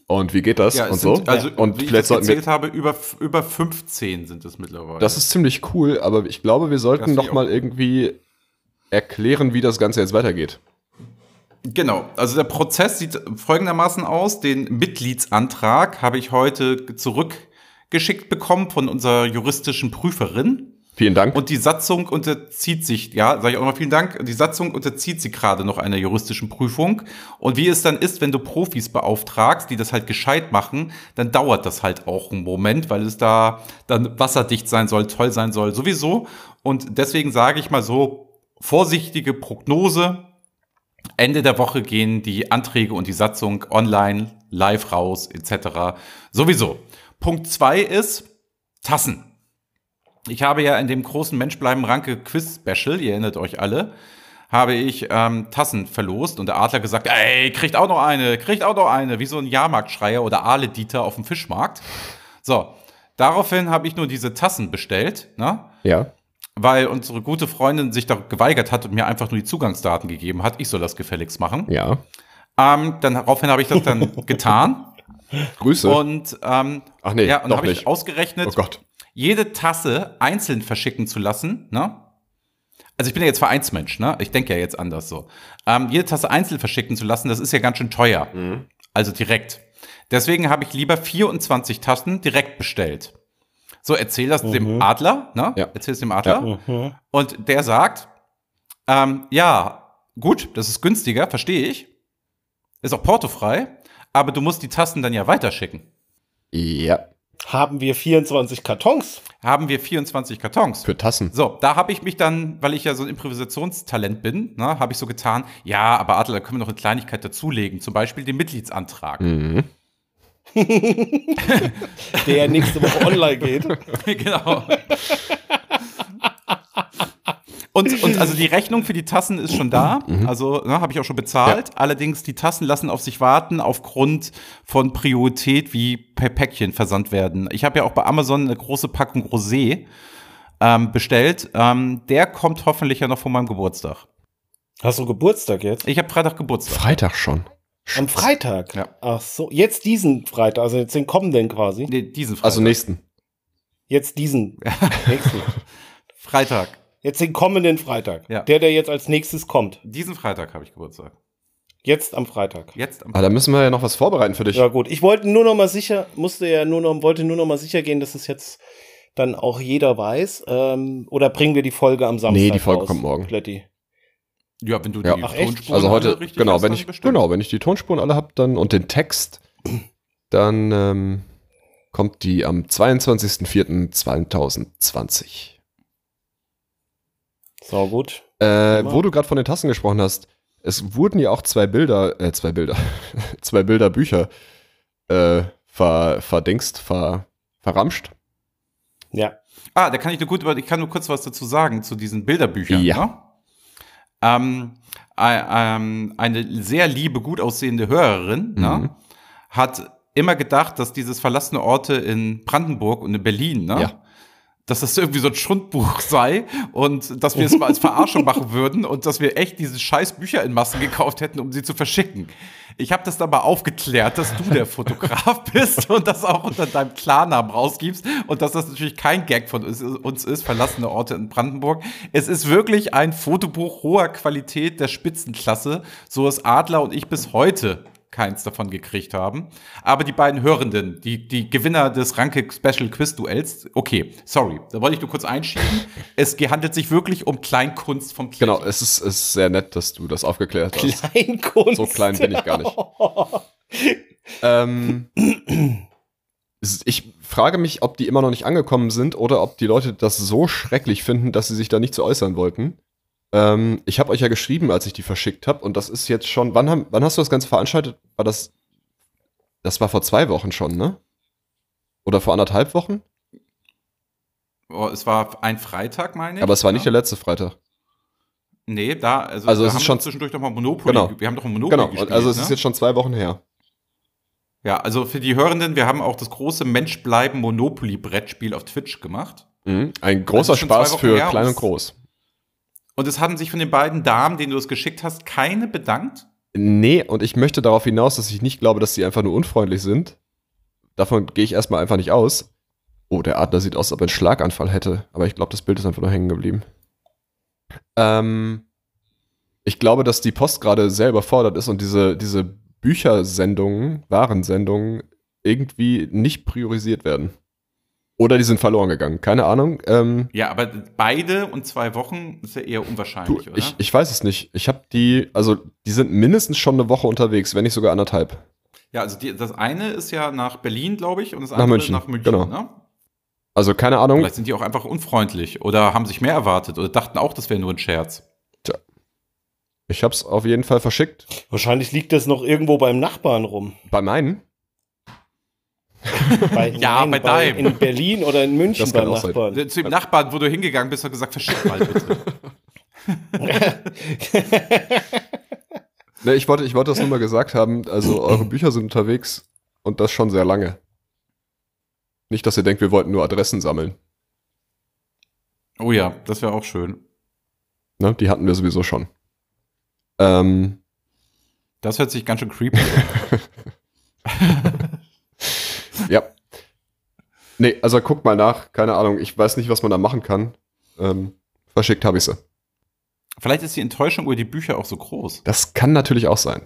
B: Und wie geht das?
A: Ja, es
B: und
A: sind,
B: so.
A: Also,
B: und
A: wie ich
B: vielleicht
A: das
B: sollten wir.
A: gezählt habe, über, f- über 15 sind es mittlerweile.
B: Das ist ziemlich cool, aber ich glaube, wir
A: Das
B: sollten
A: finde
B: noch
A: ich
B: mal irgendwie erklären, wie das Ganze jetzt weitergeht.
A: Genau, also der Prozess sieht folgendermaßen aus. Den Mitgliedsantrag habe ich heute zurückgeschickt bekommen von unserer juristischen Prüferin.
B: Vielen Dank.
A: Und die Satzung unterzieht sich, ja, sage ich auch nochmal vielen Dank, die Satzung unterzieht sich gerade noch einer juristischen Prüfung. Und wie es dann ist, wenn du Profis beauftragst, die das halt gescheit machen, dann dauert das halt auch einen Moment, weil es da dann wasserdicht sein soll, toll sein soll, sowieso. Und deswegen sage ich mal so, vorsichtige Prognose. Ende der Woche gehen die Anträge und die Satzung online, live raus, etc. Sowieso. Punkt zwei ist Tassen. Ich habe ja in dem großen Mensch bleiben Ranke Quiz Special, ihr erinnert euch alle, habe ich ähm, Tassen verlost und der Adler gesagt, ey, kriegt auch noch eine, kriegt auch noch eine, wie so ein Jahrmarktschreier oder Aale Dieter auf dem Fischmarkt. So, daraufhin habe ich nur diese Tassen bestellt, ne?
B: ja.
A: weil unsere gute Freundin sich da geweigert hat und mir einfach nur die Zugangsdaten gegeben hat. Ich soll das gefälligst machen.
B: Ja.
A: Ähm, dann daraufhin habe ich das dann getan
B: Grüße.
A: und ähm,
B: Ach nee,
A: ja, und
B: doch
A: habe ich
B: nicht.
A: ausgerechnet,
B: oh Gott.
A: jede Tasse einzeln verschicken zu lassen, ne? Also ich bin ja jetzt Vereinsmensch, ne? Ich denke ja jetzt anders so. Ähm, jede Tasse einzeln verschicken zu lassen, das ist ja ganz schön teuer. Also direkt. Deswegen habe ich lieber 24 Tassen direkt bestellt. So, erzähl das dem Adler, ne?
B: Ja.
A: Erzähl's dem Adler.
C: Mhm.
A: Und der sagt, ähm, ja, gut, das ist günstiger, verstehe ich. Ist auch portofrei, aber du musst die Tassen dann ja weiterschicken.
B: Ja.
C: Haben wir 24 Kartons?
A: Haben wir 24 Kartons.
B: Für Tassen.
A: So, da habe ich mich dann, weil ich ja so ein Improvisationstalent bin, ne, habe ich so getan, ja, aber Adler, da können wir noch eine Kleinigkeit dazulegen, zum Beispiel den Mitgliedsantrag.
B: Mhm.
C: Der nächste Woche online geht.
A: genau. Und, und also die Rechnung für die Tassen ist schon da, also ne, habe ich auch schon bezahlt. Allerdings die Tassen lassen auf sich warten aufgrund von Priorität, wie per Päckchen versandt werden. Ich habe ja auch bei Amazon eine große Packung Rosé ähm, bestellt. Ähm, der kommt hoffentlich ja noch vor meinem Geburtstag.
C: Hast du Geburtstag jetzt?
A: Ich habe Freitag Geburtstag.
B: Freitag schon.
C: Am Freitag.
A: Ja.
C: Ach so, jetzt diesen Freitag, also jetzt den kommenden quasi.
A: Nee, diesen Freitag.
B: Also nächsten.
C: Jetzt diesen nächsten.
A: Freitag.
C: Jetzt den kommenden Freitag.
A: Ja.
C: Der, der jetzt als nächstes kommt.
A: Diesen Freitag habe ich Geburtstag.
C: Jetzt am Freitag.
A: Jetzt am
B: Ah, da müssen wir ja noch was vorbereiten für dich.
C: Ja gut, ich wollte nur noch mal sicher, musste ja nur noch, wollte nur noch mal sicher gehen, dass es jetzt dann auch jeder weiß. Ähm, oder bringen wir die Folge am Samstag
B: Nee, die Folge
C: raus,
B: kommt morgen.
C: Kletti?
A: Ja, wenn du
B: Ja.
A: die
C: Ach, echt?
A: Tonspuren
B: also heute,
A: alle richtig
B: genau,
A: hast,
B: wenn
A: dann
B: ich,
A: bestimmt.
B: genau, wenn ich die Tonspuren alle habe dann und den Text, dann ähm, kommt die am 22.04.2020.
C: So gut.
B: Äh,
C: Immer.
B: wo du gerade von den Tassen gesprochen hast, es wurden ja auch zwei Bilder, äh, zwei Bilder, zwei Bilderbücher äh, ver, verdingst, ver, verramscht.
C: Ja.
A: Ah, da kann ich nur gut, über- ich kann nur kurz was dazu sagen zu diesen Bilderbüchern.
B: Ja.
A: Ne? Ähm, ei- ähm, eine sehr liebe, gut aussehende Hörerin
B: Mhm.
A: ne? hat immer gedacht, dass dieses verlassene Orte in Brandenburg und in Berlin, ne?
B: Ja.
A: dass das irgendwie so ein Schundbuch sei und dass wir es mal als Verarschung machen würden und dass wir echt diese scheiß Bücher in Massen gekauft hätten, um sie zu verschicken. Ich habe das dann mal aufgeklärt, dass du der Fotograf bist und das auch unter deinem Klarnamen rausgibst und dass das natürlich kein Gag von uns- uns ist, verlassene Orte in Brandenburg. Es ist wirklich ein Fotobuch hoher Qualität der Spitzenklasse, so es Adler und ich bis heute keins davon gekriegt haben. Aber die beiden Hörenden, die, die Gewinner des Ranke Special Quiz Duells, okay, sorry, da wollte ich nur kurz einschieben. es ge- handelt sich wirklich um Kleinkunst vom Kleck.
B: Genau, es ist, es ist sehr nett, dass du das aufgeklärt hast.
C: Kleinkunst.
B: So klein bin ich gar nicht. Ähm, es- ich frage mich, ob die immer noch nicht angekommen sind oder ob die Leute das so schrecklich finden, dass sie sich da nicht zu äußern wollten. Ähm, ich habe euch ja geschrieben, als ich die verschickt habe, und das ist jetzt schon. Wann, haben, wann hast du das Ganze veranstaltet? War das. Das war vor zwei Wochen schon, ne? Oder vor anderthalb Wochen?
A: Oh, es war ein Freitag, meine ich.
B: Aber es war nicht
A: Ja.
B: der letzte Freitag.
A: Nee, da, also,
B: Also
A: da
B: es ist
A: haben wir
B: schon-
A: zwischendurch nochmal Monopoly.
B: Genau.
A: Wir haben doch ein Monopoly
B: Genau,
A: gespielt.
B: und also es ist
A: ne?
B: jetzt schon zwei Wochen her.
A: ja, also für die Hörenden, wir haben auch das große Mensch bleiben Monopoly Brettspiel auf Twitch gemacht.
B: Mhm. Ein großer
A: Also schon zwei
B: Spaß
A: Wochen
B: für
A: her und
B: klein
A: es-
B: und groß.
A: Und es haben sich von den beiden Damen, denen du es geschickt hast, keine bedankt.
B: Nee, und ich möchte darauf hinaus, dass ich nicht glaube, dass sie einfach nur unfreundlich sind. Davon gehe ich erstmal einfach nicht aus. Oh, der Adler sieht aus, als ob er einen Schlaganfall hätte. Aber ich glaube, das Bild ist einfach nur hängen geblieben. Ähm, ich glaube, dass die Post gerade sehr überfordert ist und diese, diese Büchersendungen, Warensendungen irgendwie nicht priorisiert werden. Oder die sind verloren gegangen. Keine Ahnung. Ähm,
A: Ja, aber beide und zwei Wochen ist ja eher
B: du,
A: unwahrscheinlich, oder?
B: ich, ich weiß es nicht. Ich habe die, also die sind mindestens schon eine Woche unterwegs, wenn nicht sogar anderthalb.
A: ja, also die, das eine ist ja nach Berlin, glaube ich, und das
B: Nach
A: andere
B: München,
A: nach München.
B: genau.
A: Ne?
B: Also keine Ahnung.
A: Vielleicht sind die auch einfach unfreundlich oder haben sich mehr erwartet oder dachten auch, das wäre nur ein Scherz.
B: Ich hab's auf jeden Fall verschickt.
C: Wahrscheinlich liegt das noch irgendwo beim Nachbarn rum.
B: Bei meinen?
C: Bei,
A: Ja, bei deinem.
C: In Berlin oder in München
B: Das kann
C: beim
B: auch sein.
C: Nachbarn.
A: Zu dem Nachbarn, wo du hingegangen bist, hat gesagt, verschick mal bitte.
B: Ne, ich wollte, ich wollte das nur mal gesagt haben. Also eure Bücher sind unterwegs und das schon sehr lange. Nicht, dass ihr denkt, wir wollten nur Adressen sammeln.
A: oh ja, das wäre auch schön.
B: Ne? Die hatten wir sowieso schon. Ähm,
A: Das hört sich ganz schön creepy an.
B: ja. Nee, also guck mal nach. Keine Ahnung. Ich weiß nicht, was man da machen kann. Ähm, verschickt habe ich sie.
A: Vielleicht ist die Enttäuschung über die Bücher auch so groß,
B: Das kann natürlich auch sein.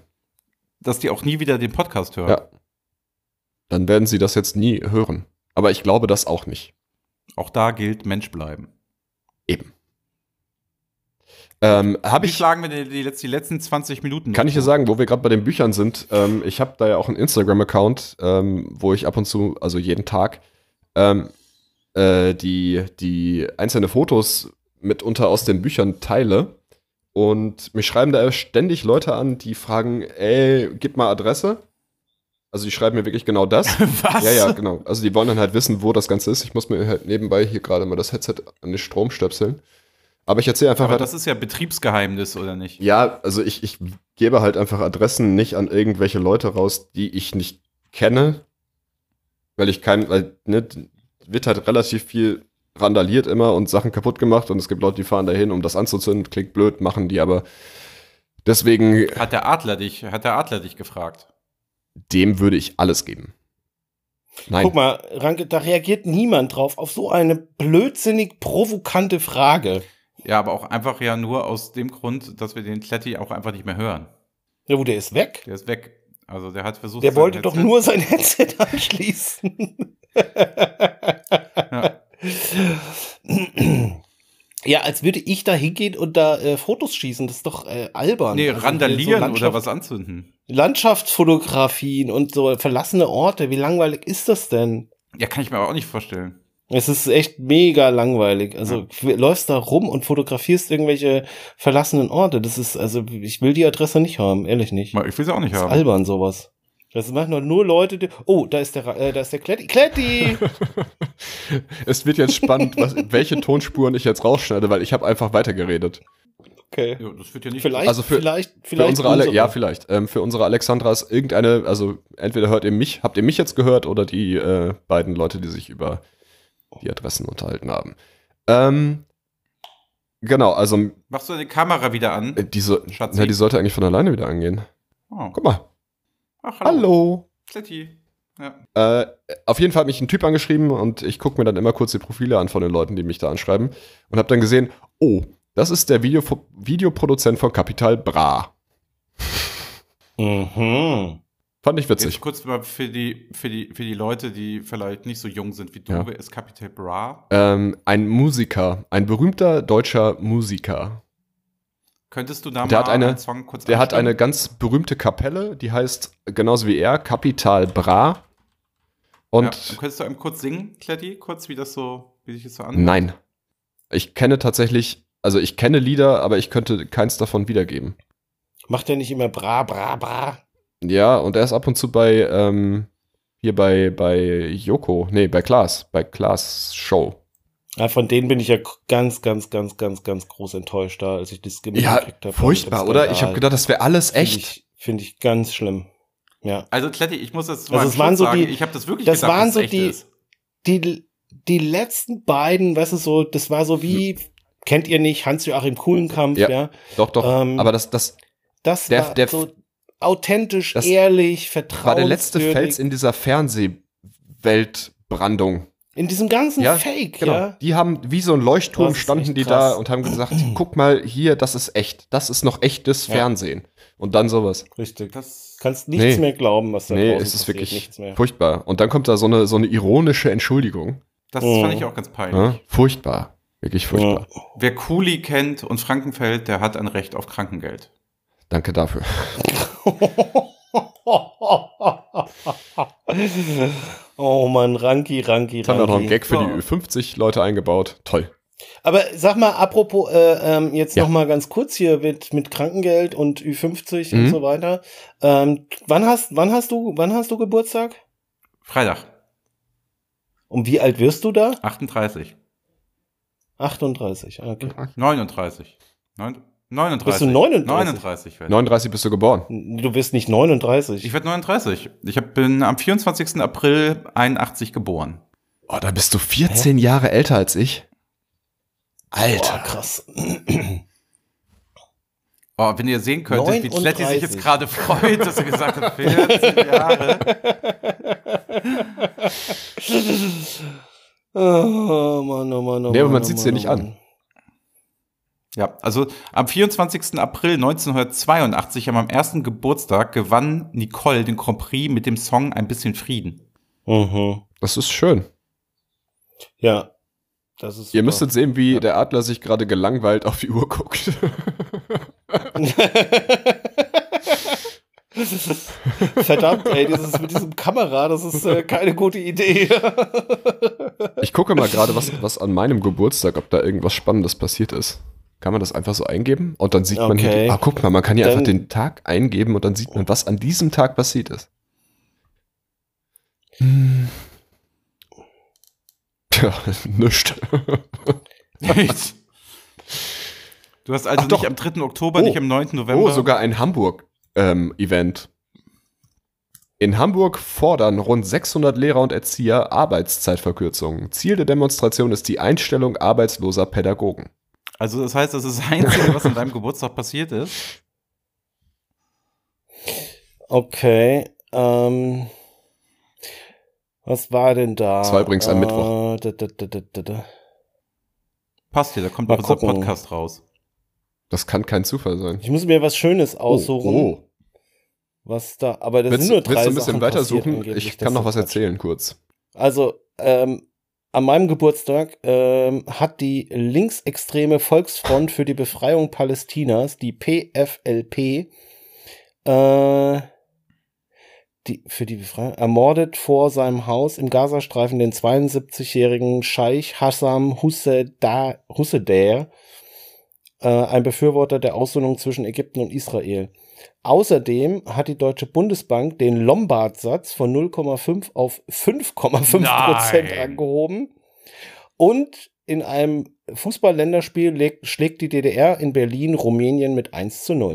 A: dass die auch nie wieder den Podcast hören.
B: Ja. Dann werden sie das jetzt nie hören. Aber ich glaube das auch nicht.
A: Auch da gilt Mensch bleiben.
B: Ähm, habe
A: Wie
B: ich
A: schlagen wir denn die, letz- die letzten 20 Minuten?
B: Kann ich dir
A: dir
B: sagen, wo wir gerade bei den Büchern sind, ähm, ich habe da ja auch einen Instagram-Account, ähm, wo ich ab und zu, also jeden Tag, ähm, äh, die, die einzelnen Fotos mitunter aus den Büchern teile. Und mich schreiben da ständig Leute an, die fragen, ey, gib mal Adresse. Also die schreiben mir wirklich genau das.
A: Was?
B: Ja, ja, genau. Also die wollen dann halt wissen, wo das Ganze ist. Ich muss mir halt nebenbei hier gerade mal das Headset an den Strom stöpseln. Aber ich erzähle einfach
A: Aber
B: weiter.
A: das ist ja Betriebsgeheimnis, oder nicht?
B: Ja, also ich, ich gebe halt einfach Adressen nicht an irgendwelche Leute raus, die ich nicht kenne, weil ich kein, weil, ne, wird halt relativ viel randaliert immer und Sachen kaputt gemacht und es gibt Leute, die fahren dahin, um das anzuzünden, klingt blöd, machen die aber Deswegen,
A: Hat der Adler dich, hat der Adler dich gefragt?
B: dem würde ich alles geben. Nein.
C: Guck mal, Ranke, da reagiert niemand drauf auf so eine blödsinnig provokante Frage.
A: Ja, aber auch einfach ja nur aus dem Grund, dass wir den Kletti auch einfach nicht mehr hören.
C: Ja, wo der ist weg.
A: Der ist weg. Also der hat versucht.
C: Der
A: sein
C: wollte doch
A: Headset-
C: nur sein Headset anschließen.
A: Ja.
C: Ja, als würde ich da hingehen und da äh, Fotos schießen. Das ist doch äh, albern.
A: Nee,
C: Also, so
A: randalieren
C: Landschaft-
A: oder was anzünden.
C: Landschaftsfotografien und so verlassene Orte. Wie langweilig ist das denn?
A: Ja, kann ich mir aber auch nicht vorstellen.
C: Es ist echt mega langweilig. Also du läufst da rum und fotografierst irgendwelche verlassenen Orte. Das ist, also ich will die Adresse nicht haben, ehrlich nicht.
A: Ich will sie auch nicht
C: Das ist
A: haben.
C: albern sowas. Das machen doch nur Leute, die. Oh, da ist der, Ra- äh, da ist der Kletti. Kletti!
B: es wird jetzt spannend, was, welche Tonspuren ich jetzt rausschneide, weil ich habe einfach weitergeredet.
C: Okay.
A: Ja, das wird ja nicht.
C: Vielleicht,
B: Also für-
C: vielleicht,
B: Für
C: vielleicht.
B: unsere alle, ja, vielleicht. Ähm, für unsere Alexandra ist irgendeine, also entweder hört ihr mich, habt ihr mich jetzt gehört oder die äh, beiden Leute, die sich über die Adressen unterhalten haben. Ähm, genau, also äh,
A: Machst du deine Kamera wieder an?
C: Äh,
B: diese,
A: Schatzi.
B: ja, die sollte eigentlich von alleine wieder angehen.
A: Oh.
B: Guck mal.
A: Ach,
B: Hallo.
A: Kletti. Ja.
B: Äh, auf jeden Fall hat mich ein Typ angeschrieben und ich gucke mir dann immer kurz die Profile an von den Leuten, die mich da anschreiben und habe dann gesehen, oh, das ist der Video Videoproduzent von Capital Bra.
C: Mhm.
B: Fand ich witzig.
A: Jetzt kurz mal für die, für, die, für die Leute, die vielleicht nicht so jung sind wie du,
B: Ja.
A: wer ist Capital Bra?
B: Ähm, ein Musiker, ein berühmter deutscher Musiker.
A: Könntest du da
B: Der
A: mal
B: hat eine-
A: einen Song kurz
B: Der hat eine
A: anspielen?
B: ganz berühmte Kapelle, die heißt genauso wie er Kapital Bra.
A: Ja.
B: Und
A: Und könntest du einem kurz singen, Kletti? Kurz, wie das so, wie sich das so anhört?
B: nein, ich kenne tatsächlich, also ich kenne Lieder, aber ich könnte keins davon wiedergeben.
C: Macht er nicht immer bra, bra, bra?
B: Ja, und er ist ab und zu bei, ähm, hier bei, bei Joko, nee, bei Klaas, bei Klaas Show.
C: Ja, von denen bin ich ja k- ganz, ganz, ganz, ganz, ganz groß enttäuscht da, als ich das gemerkt hab. Also Das Skandal.
B: das wäre alles
C: Finde ich, finde ich ganz schlimm. Ja.
A: Also Kletti, ich muss jetzt
C: Also
A: mal
C: es waren
A: Schutz
C: so
A: sagen,
C: die-
A: ich habe das wirklich
C: das
A: gedacht,
C: waren
A: dass
C: so
A: es echt
C: die-
A: ist.
C: Die, die letzten beiden, weißt du, so, das war so wie, kennt ihr nicht, Hans-Joachim Kuhlenkampf, ja.
B: Ja. Doch, doch,
C: Ähm,
B: aber das, das
C: Das
B: Der-
C: war
B: der-
C: so authentisch,
B: das
C: ehrlich, vertrauenswürdig.
B: war der letzte Fels in dieser Fernsehweltbrandung.
C: in diesem ganzen
B: Ja,
C: Fake,
B: Genau.
C: ja.
B: Die haben wie so ein Leuchtturm
C: Das ist
B: standen
C: echt
B: die
C: krass.
B: da und haben gesagt, guck mal hier, das ist echt. Das ist noch echtes
C: Ja.
B: Fernsehen. Und dann sowas.
C: Richtig.
A: Das,
C: Kannst nichts
B: Nee.
C: mehr glauben, was da
B: nee,
C: draußen
B: es ist
C: passiert,
B: wirklich
C: nichts mehr.
B: furchtbar. Und dann kommt da so eine, so eine ironische Entschuldigung.
A: das
C: Oh.
A: fand ich auch ganz peinlich.
B: Ja? Furchtbar. Wirklich furchtbar.
A: Wer Kuli kennt und Frankenfeld, der hat ein Recht auf Krankengeld.
B: Danke dafür.
C: oh Mann, Ranki, Ranki,
B: Jetzt haben wir noch einen
C: Ranki.
B: Gag für die
A: Ja.
B: Ü50 Leute eingebaut. Toll.
C: Aber sag mal, apropos, äh, ähm, jetzt
B: Ja.
C: noch mal ganz kurz hier mit, mit Krankengeld und Ü50 und
B: Mhm.
C: so weiter. Ähm, wann hast, wann hast du, wann hast du Geburtstag?
A: Freitag,
C: Und wie alt wirst du da?
A: 38,
C: 38, ah, okay.
A: 39, neun, 39.
C: Bist du 39?
A: 39 werd ich.
B: 39 bist du geboren.
C: Du bist nicht 39.
A: Ich werde 39. Ich hab, bin am 24. April 81 geboren.
B: Oh, da bist du 14 Jahre älter als ich.
C: Boah,
B: Alter.
C: krass.
A: Oh, wenn ihr sehen könntet, wie
C: 39.
A: Kletti sich jetzt gerade freut, dass er gesagt hat, 14 Jahre.
C: Oh Mann, oh Mann, oh
B: Nee, aber
C: Mann,
B: man
C: oh
B: sieht's dir
C: Mann,
B: nicht
C: oh Mann.
B: an.
A: Ja, also am 24. April 1982, an meinem ersten Geburtstag, gewann Nicole den Grand Prix mit dem Song Ein bisschen Frieden.
C: Mhm.
B: Das ist schön.
C: Ja, das ist.
B: Ihr
C: super.
B: müsstet sehen, wie der Adler sich gerade gelangweilt auf die Uhr guckt.
C: Verdammt, ey, dieses mit diesem Kamera, das ist äh, keine gute Idee.
B: Ich gucke mal gerade, was, was an meinem Geburtstag, ob da irgendwas Spannendes passiert ist. Kann man das einfach so eingeben? Und dann sieht man hier,
C: Okay.
B: die- ah, guck mal, man kann hier
C: Dann-
B: einfach den Tag eingeben und dann sieht man, was an diesem Tag passiert ist. Hm. Tja, nischt.
A: du hast also
B: Ach doch.
A: nicht am 3. Oktober,
B: Oh.
A: nicht am 9. November.
B: Oh, sogar ein Hamburg-Event. in Hamburg fordern rund 600 Lehrer und Erzieher Arbeitszeitverkürzungen. Ziel der Demonstration ist die Einstellung arbeitsloser Pädagogen.
A: Also das heißt, das ist das Einzige, was an deinem Geburtstag passiert ist.
C: Okay. Ähm, was war denn da?
B: Das war übrigens am Mittwoch.
C: Äh, Da, da, da, da, da, da.
A: Passt hier, da kommt
C: Mal
A: noch unser
C: gucken.
A: Podcast raus.
B: Das kann kein Zufall sein.
C: Ich muss mir was Schönes aussuchen.
B: Oh, oh.
C: Was da, aber das
B: Willst,
C: sind nur
B: willst
C: drei
B: du ein bisschen
C: Sachen
B: weiter
C: passiert
B: suchen?
C: angeblich,
B: Ich
C: das
B: kann noch
C: ist
B: was
C: Quatsch.
B: erzählen, kurz.
C: Also, ähm, an meinem Geburtstag ähm, hat die linksextreme Volksfront für die Befreiung Palästinas, die PFLP, äh, die, für die Befreiung, ermordet vor seinem Haus im Gazastreifen den 72-jährigen Scheich Hassan Husseda- Hussedair, äh, ein Befürworter der Aussöhnung zwischen Ägypten und Israel. Außerdem hat die Deutsche Bundesbank den Lombard-Satz von 0,5 auf 5,5 Prozent
A: Nein.
C: angehoben. Und in einem Fußball-Länderspiel legt- schlägt die DDR in Berlin Rumänien mit 1 zu 0.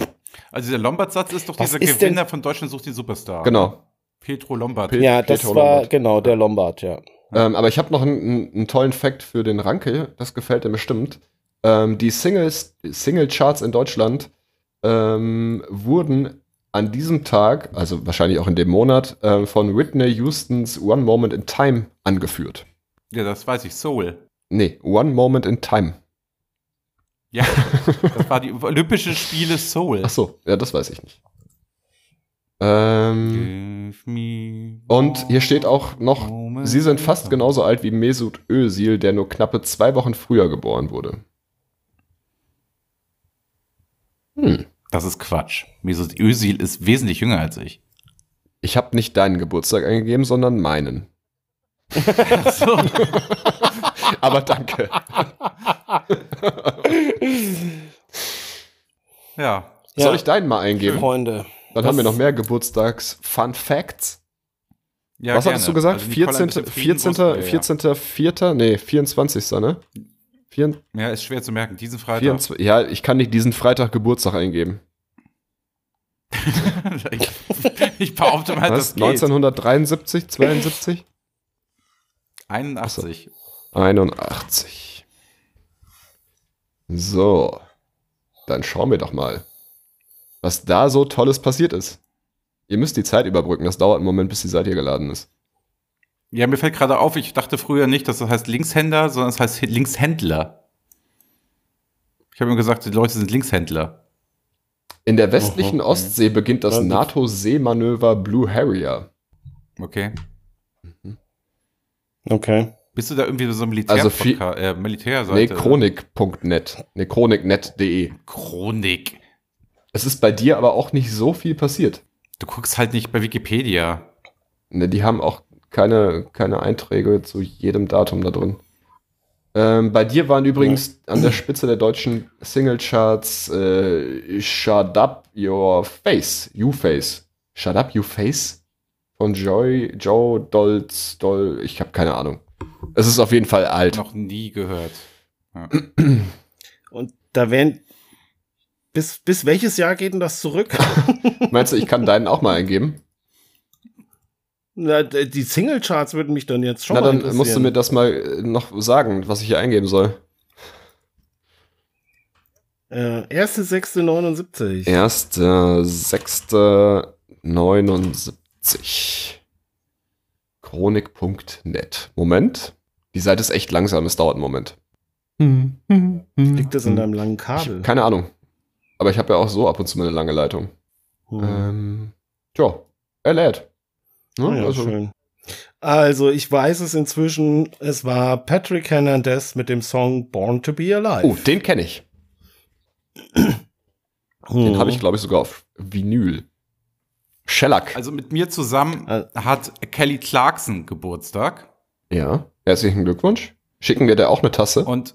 A: Also der Lombard-Satz ist doch
C: Was
A: dieser
C: ist
A: Gewinner von Deutschland sucht den Superstar.
B: Genau.
A: Petro Lombard.
B: Pe-
C: Ja, das
B: Peter
C: war
B: Lombard.
C: genau der Lombard, ja.
B: Ähm, aber ich habe noch einen, einen, einen tollen Fact für den Ranke. Das gefällt dir bestimmt. Ähm, die Singles, Single-Charts in Deutschland ähm, wurden an diesem Tag, also wahrscheinlich auch in dem Monat, ähm, von Whitney Houstons One Moment in Time angeführt.
A: ja, das weiß ich. Soul.
B: Nee, One Moment in Time.
A: Ja, das war die Olympische Spiele Soul.
B: Ach so, ja, das weiß ich nicht. Ähm,
A: Give me
B: Und hier steht auch noch,
A: moment
B: sie sind fast genauso alt wie Mesut Özil, der nur knappe zwei Wochen früher geboren wurde. Hm.
A: Das ist Quatsch. Mesut Özil ist wesentlich jünger als ich.
B: Ich habe nicht deinen Geburtstag eingegeben, sondern meinen.
A: Ach so.
B: Aber danke.
A: ja.
C: ja,
B: Soll ich deinen mal eingeben?
C: Freunde.
B: Dann
C: Das-
B: haben wir noch mehr Geburtstags-Fun-Facts.
A: ja.
B: Was hattest du
A: gerne.
B: gesagt?
A: Also Nicole ein
B: 14.
A: bisschen
B: 14.
A: Frieden-
B: 14. 4. Nee, 24. Ne? Vier-
A: Ja. ja, ist schwer zu merken. Diesen Freitag.
B: 24, ja, ich kann nicht diesen Freitag Geburtstag eingeben.
A: ich, ich behaupte mal,
B: Was?
A: das geht.
B: 1973, 72?
A: 81.
B: 81. So. Dann schauen wir doch mal, was da so Tolles passiert ist. Ihr müsst die Zeit überbrücken. Das dauert einen Moment, bis die Seite hier geladen ist.
A: Ja, mir fällt gerade auf, ich dachte früher nicht, dass das heißt Linkshänder, sondern es heißt Linkshändler. Ich habe mir gesagt, die Leute sind Linkshändler.
B: In der westlichen
C: Oho.
B: Ostsee beginnt das
C: Ja, gut.
B: NATO-Seemanöver Blue Harrier.
A: Okay.
C: Okay.
A: Bist du da irgendwie so ein Militär
B: Also viel-
A: äh, Militärseite?
B: Nee, chronik.net. Nee, chroniknet.de.
A: Chronik.
B: Es ist bei dir aber auch nicht so viel passiert.
A: Du guckst halt nicht bei Wikipedia.
B: Ne, die haben auch keine, keine Einträge zu jedem Datum da drin. Ähm, bei dir waren übrigens an der Spitze der deutschen Singlecharts äh, Shut Up Your Face, You Face. Shut Up You Face? Von Joy, Joe Dolz, Dol, ich habe keine Ahnung. Es ist auf jeden Fall alt.
A: Noch nie gehört. Ja.
C: Und da wären. Bis, bis welches Jahr geht denn das zurück?
B: Meinst du, ich kann deinen auch mal eingeben?
C: Na, d- die Singlecharts würden mich dann jetzt schon
B: Na,
C: mal
B: dann musst du mir
C: interessieren.
B: das mal äh, noch sagen, was ich hier eingeben soll.
C: Äh, erste, sechste, 79.
B: Erste, äh, sechste, 79. Chronik.net. Moment. Die Seite ist echt langsam, es dauert einen Moment.
C: Hm. Liegt das in deinem langen
B: Ich
C: Kabel?
B: hab keine Ahnung. Aber ich habe ja auch so ab und zu meine lange Leitung.
C: Hm.
B: Ähm, tja, er lädt. Ne?
C: Ah, ja,
B: also,
C: schön. Also, ich weiß es inzwischen. Es war Patrick Hernandez mit dem Song Born to Be Alive.
B: oh, den kenne ich.
C: Hm.
B: Den
C: Mhm.
B: habe ich, glaube ich, sogar auf Vinyl. Shellac.
A: Also mit mir zusammen
C: Al-
A: hat Kelly Clarkson Geburtstag.
B: ja. Herzlichen Glückwunsch. Schicken wir dir auch eine Tasse.
A: Und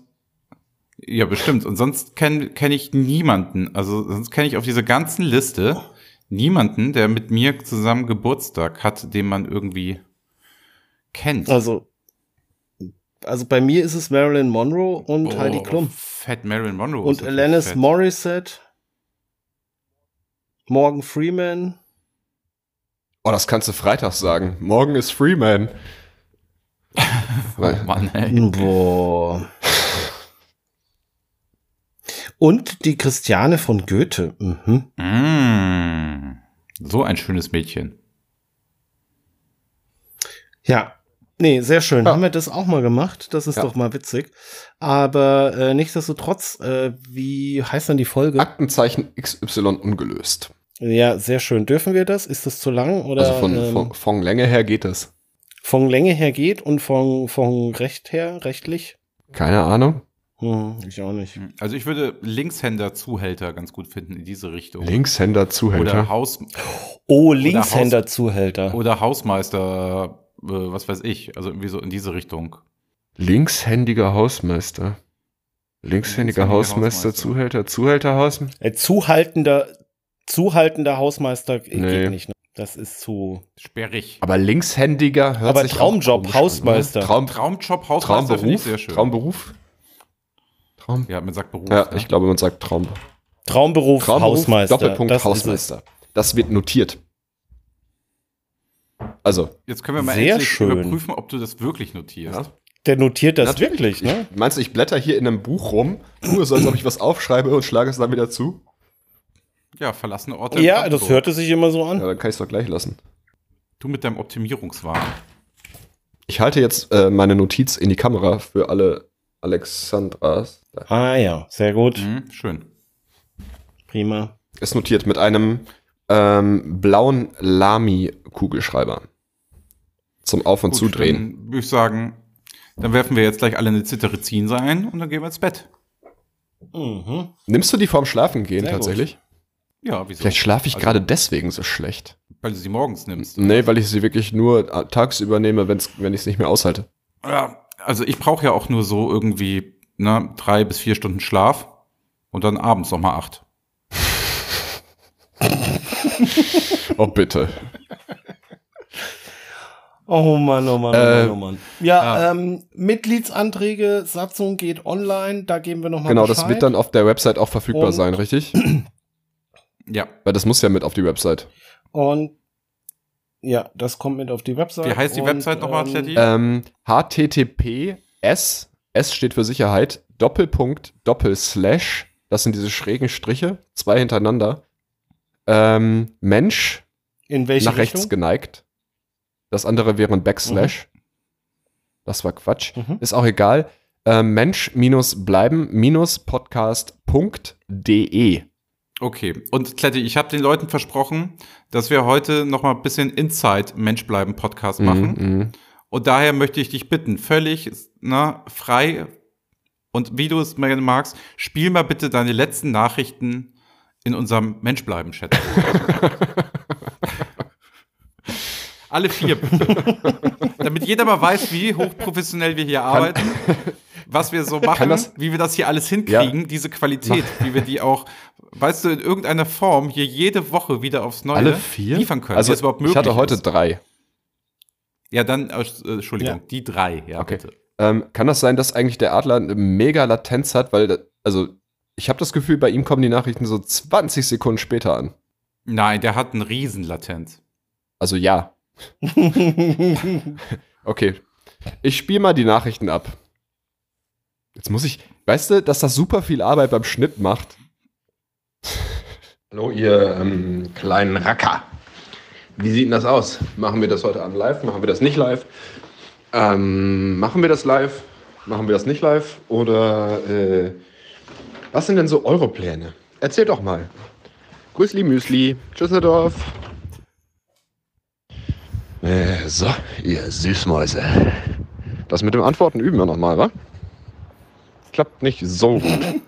A: ja, bestimmt. Und sonst kenne kenn ich niemanden. Also sonst kenne ich auf dieser ganzen Liste niemanden, der mit mir zusammen Geburtstag hat, den man irgendwie kennt.
C: Also, also bei mir ist es Marilyn Monroe und
A: Oh,
C: Heidi Klum.
A: Fett Marilyn Monroe. ist
C: Und
A: natürlich
C: Alanis
A: fett.
C: Morissette. Morgan Freeman.
B: Oh, das kannst du Freitags sagen. Morgen ist Freeman.
A: Oh Mann, ey.
C: Boah. Und die Christiane von Goethe. Mhm.
A: Mm. So ein schönes Mädchen.
C: Ja. Nee, sehr schön.
B: Ja.
C: Haben wir das auch mal gemacht? Das ist
B: Ja.
C: doch mal witzig. Aber äh, nichtsdestotrotz, äh, wie heißt dann die Folge?
B: Aktenzeichen XY ungelöst.
C: Ja, sehr schön. Dürfen wir das? Ist das zu lang? Oder,
B: also von,
C: ähm,
B: von, von Länge her geht das.
C: von Länge her geht und von, von Recht her, rechtlich?
B: Keine Ahnung.
C: Hm, ich auch nicht.
A: Also ich würde Linkshänder-Zuhälter ganz gut finden in diese Richtung. Oder,
B: Linkshänder-Zuhälter.
A: Haus
C: Oh,
A: Linkshänder
C: Linkshänder-Zuhälter.
A: oder Hausmeister, äh, was weiß ich. Also irgendwie so in diese Richtung.
B: Linkshändiger Hausmeister. Linkshändiger
A: Linkshändiger
B: Hausmeister,
A: Hausmeister.
B: Zuhälter, Zuhälter, Hausmeister.
C: Äh, zuhaltender, zuhaltender Hausmeister äh,
B: Nee.
C: geht nicht. Ne? Das ist zu.
A: Sperrig.
B: Aber Linkshändiger hört
C: Aber
B: sich
C: Traumjob,
B: auch komisch
C: Hausmeister.
B: an, ne? Traum,
A: Traumjob, Hausmeister finde ich
B: Traumberuf?
A: sehr schön.
B: Traumberuf? Traum.
A: ja, man sagt Beruf.
B: Ja,
A: ne?
B: ich glaube, man sagt Traum.
C: Traumberuf,
B: Traumberuf,
C: Hausmeister.
B: Doppelpunkt
C: Das ist es.
B: Hausmeister. Das wird notiert. Also,
A: Jetzt können wir mal
C: Sehr
A: endlich
C: schön.
A: überprüfen, ob du das wirklich notierst.
B: Ja.
C: Der notiert das
B: Natürlich.
C: wirklich, ne?
B: ich, meinst du, ich blätter hier in einem Buch rum, nur so, als ob ich was aufschreibe und schlage es dann wieder zu?
A: Ja, verlassene Orte. im
C: Ja,
A: Frankfurt.
C: das hörte sich immer so
B: Ja,
C: an.
B: dann kann ich es doch gleich lassen.
A: Du mit deinem Optimierungswahn.
B: Ich halte jetzt äh, meine Notiz in die Kamera für alle Alexandras.
C: Ah ja, sehr gut.
A: Mhm, schön.
C: Prima.
B: Ist notiert mit einem ähm, blauen Lamy-Kugelschreiber. Zum Auf- und
A: Gut,
B: Zudrehen.
A: Dann würde ich sagen, dann werfen wir jetzt gleich alle eine Zitterizin ein und dann gehen wir ins Bett.
C: Mhm.
B: Nimmst du die vorm Schlafen gehen
C: Sehr gut.
B: tatsächlich?
A: Ja, wieso?
B: Vielleicht schlafe ich
A: Also-
B: gerade deswegen so schlecht.
A: Weil du sie morgens nimmst.
B: Nee, weil ich sie wirklich nur äh, tagsüber nehme, wenn's, wenn ich es nicht mehr aushalte.
A: Ja, also ich brauche ja auch nur so irgendwie ne, drei bis vier Stunden Schlaf und dann abends nochmal acht.
B: Oh, bitte.
C: Oh Mann, oh Mann, oh
B: Äh,
C: Mann, oh Mann. Ja, Ähm, Mitgliedsanträge, Satzung geht online, da geben wir nochmal
B: genau,
C: Bescheid.
B: das wird dann auf der Website auch verfügbar
C: Und-
B: sein, richtig?
A: Ja.
B: Weil das muss ja mit auf die Website.
C: Und ja, das kommt mit auf die Website.
A: Wie heißt die
C: und,
A: Website nochmal,
C: ähm,
A: Chatty?
B: Ähm, HTTPS, S steht für Sicherheit, Doppelpunkt, Doppelslash, das sind diese schrägen Striche, zwei hintereinander. Ähm, Mensch,
C: In welche
B: nach
C: Richtung?
B: rechts geneigt. Das andere wäre ein Backslash.
A: Mhm.
B: Das war Quatsch.
C: Mhm.
B: Ist auch egal. Ähm, Mensch minus bleiben minus podcast.de.
A: Okay. Und Kletti, ich habe den Leuten versprochen, dass wir heute nochmal ein bisschen Inside Mensch bleiben Podcast machen.
B: Mhm, mhm.
A: Und daher möchte ich dich bitten, völlig ne, frei und wie du es mir magst, spiel mal bitte deine letzten Nachrichten in unserem Menschbleiben-Chat. Alle vier bitte. Damit jeder mal weiß, wie hochprofessionell wir hier arbeiten, was wir so machen,
B: das-
A: wie wir das hier alles hinkriegen, diese Qualität, wie wir die auch, weißt du, in irgendeiner Form hier jede Woche wieder aufs Neue
B: Alle vier?
A: liefern können.
B: Also,
A: wie es überhaupt
B: ich hatte
A: möglich
B: heute
A: ist.
B: drei.
A: Ja, dann, äh, Entschuldigung,
C: Ja.
A: die drei, ja,
B: Okay.
A: bitte.
B: Ähm, kann das sein, dass eigentlich der Adler eine mega Latenz hat? Weil, da- also, ich habe das Gefühl, bei ihm kommen die Nachrichten so 20 Sekunden später an.
A: Nein, der hat einen Riesenlatenz.
B: Also, ja.
C: Mhm.
B: Okay. Ich spiele mal die Nachrichten ab. Jetzt muss ich, weißt du, dass das super viel Arbeit beim Schnitt macht? Hallo, ihr ähm, kleinen Racker. Wie sieht denn das aus? Machen wir das heute Abend live? Machen wir das nicht live? Ähm, machen wir das live? Machen wir das nicht live? Oder äh, was sind denn so eure Pläne? Erzählt doch mal. Grüßli Müsli. Tschüss, Herr Dorf. Äh, so, ihr Süßmäuse. Das mit dem Antworten üben wir nochmal, wa? Klappt nicht so gut.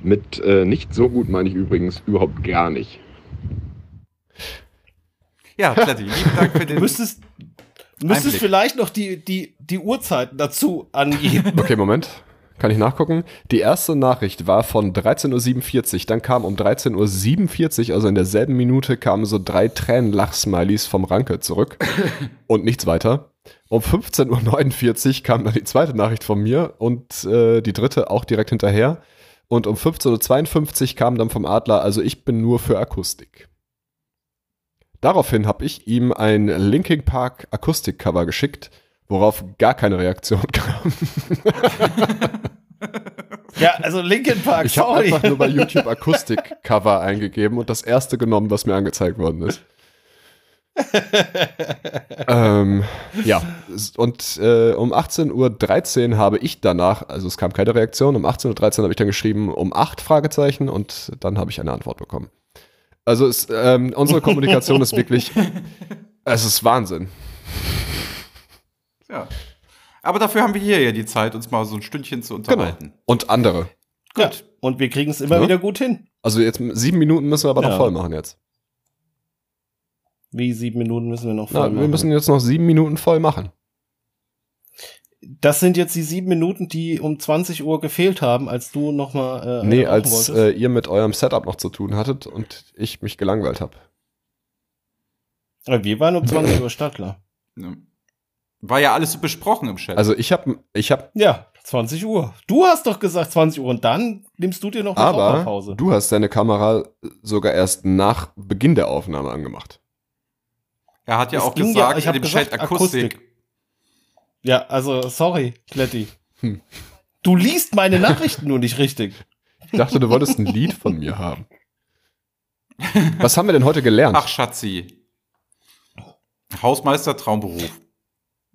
B: mit äh, nicht so gut meine ich übrigens überhaupt gar nicht.
A: Ja, Kletti, lieben Dank für
C: Du
A: den.
C: müsstest, müsstest
A: Einblick.
C: vielleicht noch die, die, die Uhrzeiten dazu angeben.
B: Okay, Moment. Kann ich nachgucken? Die erste Nachricht war von 13.47 Uhr. Dann kam um 13.47 Uhr, also in derselben Minute, kamen so drei Tränenlach-Smileys vom Ranke zurück. und nichts weiter. Um 15.49 Uhr kam dann die zweite Nachricht von mir und äh, die dritte auch direkt hinterher. Und um 15.52 Uhr kam dann vom Adler, also ich bin nur für Akustik. Daraufhin habe ich ihm ein Linkin Park Akustik-Cover geschickt, worauf gar keine Reaktion kam.
C: Ja, also Linkin Park,
B: Ich habe
C: sorry.
B: einfach nur bei YouTube Akustik-Cover eingegeben und das erste genommen, was mir angezeigt worden ist. ähm, ja, s- und äh, um 18.13 Uhr habe ich danach, also es kam keine Reaktion, um 18.13 Uhr habe ich dann geschrieben, um 8 Fragezeichen und dann habe ich eine Antwort bekommen. Also es, ähm, unsere Kommunikation ist wirklich, es ist Wahnsinn.
A: Ja. Aber dafür haben wir hier ja die Zeit, uns mal so ein Stündchen zu
C: Genau.
A: unterhalten.
B: Und andere.
C: Gut. Ja, und wir kriegen es immer
B: Ja.
C: wieder gut hin.
B: Also jetzt m- sieben Minuten müssen wir aber
C: Ja.
B: noch voll machen jetzt.
C: Wie sieben Minuten müssen wir noch
B: Na,
C: voll
B: wir
C: machen?
B: müssen jetzt noch sieben Minuten voll machen.
C: Das sind jetzt die sieben Minuten, die um 20 Uhr gefehlt haben, als du nochmal. Äh,
B: Nee,
C: rauchen
B: als
C: wolltest.
B: äh, ihr mit eurem Setup noch zu tun hattet und ich mich gelangweilt habe. äh,
C: Aber Wir waren um 20 Uhr Stadtler.
A: Ja. War ja alles so besprochen im Chat.
B: Also ich habe, ich habe,
C: Ja, 20 Uhr. Du hast doch gesagt 20 Uhr und dann nimmst du dir noch eine
B: aber
C: Raucherpause.
B: du hast deine Kamera sogar erst nach Beginn der Aufnahme angemacht.
A: er hat ja
C: es
A: auch
C: ging ja-
A: gesagt,
C: ich hab
A: in dem
C: gesagt,
A: Chat Akustik.
C: Ja, also sorry, Kletti.
B: Hm.
C: Du liest meine Nachrichten nur nicht richtig.
B: Ich dachte, du wolltest ein Lied von mir haben. Was haben wir denn heute gelernt?
A: Ach, Schatzi. Hausmeister Traumberuf.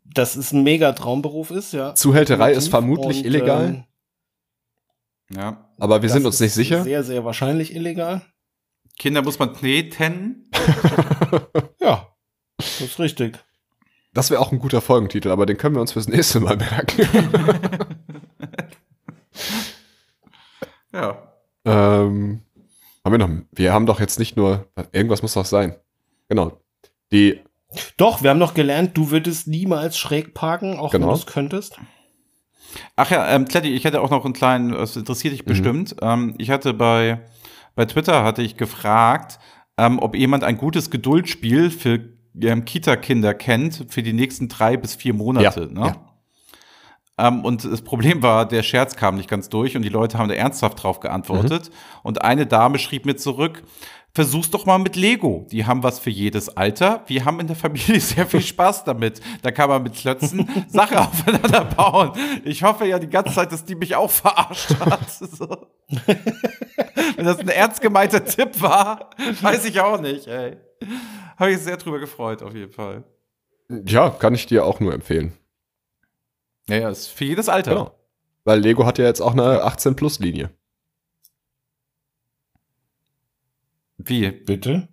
C: Dass es ein mega Traumberuf ist, ja.
B: Zuhälterei ist
C: Definitiv.
B: vermutlich
C: Und,
B: illegal,
C: ähm,
A: Ja.
B: aber wir
C: das
B: sind uns nicht
C: ist
B: sicher.
C: Sehr, sehr wahrscheinlich illegal.
A: Kinder muss man kneten.
C: Ja, das ist richtig.
B: Das wäre auch ein guter Folgentitel, aber den können wir uns fürs nächste Mal merken.
A: Ja.
B: Ähm, haben wir noch? Wir haben doch jetzt nicht nur irgendwas muss doch sein. Genau. Die
C: Doch, wir haben noch gelernt, du würdest niemals schräg parken, auch wenn
B: Genau.
C: du es könntest.
A: Ach ja, ähm, Kletti, ich hätte auch noch einen kleinen, das interessiert dich bestimmt. Ähm, ich hatte bei, bei Twitter hatte ich gefragt, ähm, ob jemand ein gutes Geduldsspiel für ähm, Kita-Kinder kennt für die nächsten drei bis vier Monate.
B: Ja,
A: ne? Ähm, und das Problem war, der Scherz kam nicht ganz durch und die Leute haben da ernsthaft drauf geantwortet. Und eine Dame schrieb mir zurück, versuch's doch mal mit Lego. Die haben was für jedes Alter. Wir haben in der Familie sehr viel Spaß damit. Da kann man mit Klötzen Sache aufeinander bauen. Ich hoffe ja die ganze Zeit, dass die mich auch verarscht hat. So. Wenn das ein ernst gemeinter Tipp war, weiß ich auch nicht, ey. Habe ich sehr drüber gefreut, auf jeden Fall.
B: Ja, kann ich dir auch nur empfehlen.
A: Naja, ist für jedes Alter.
B: Genau. Weil Lego hat ja jetzt auch eine 18-Plus-Linie.
A: Wie?
C: Bitte?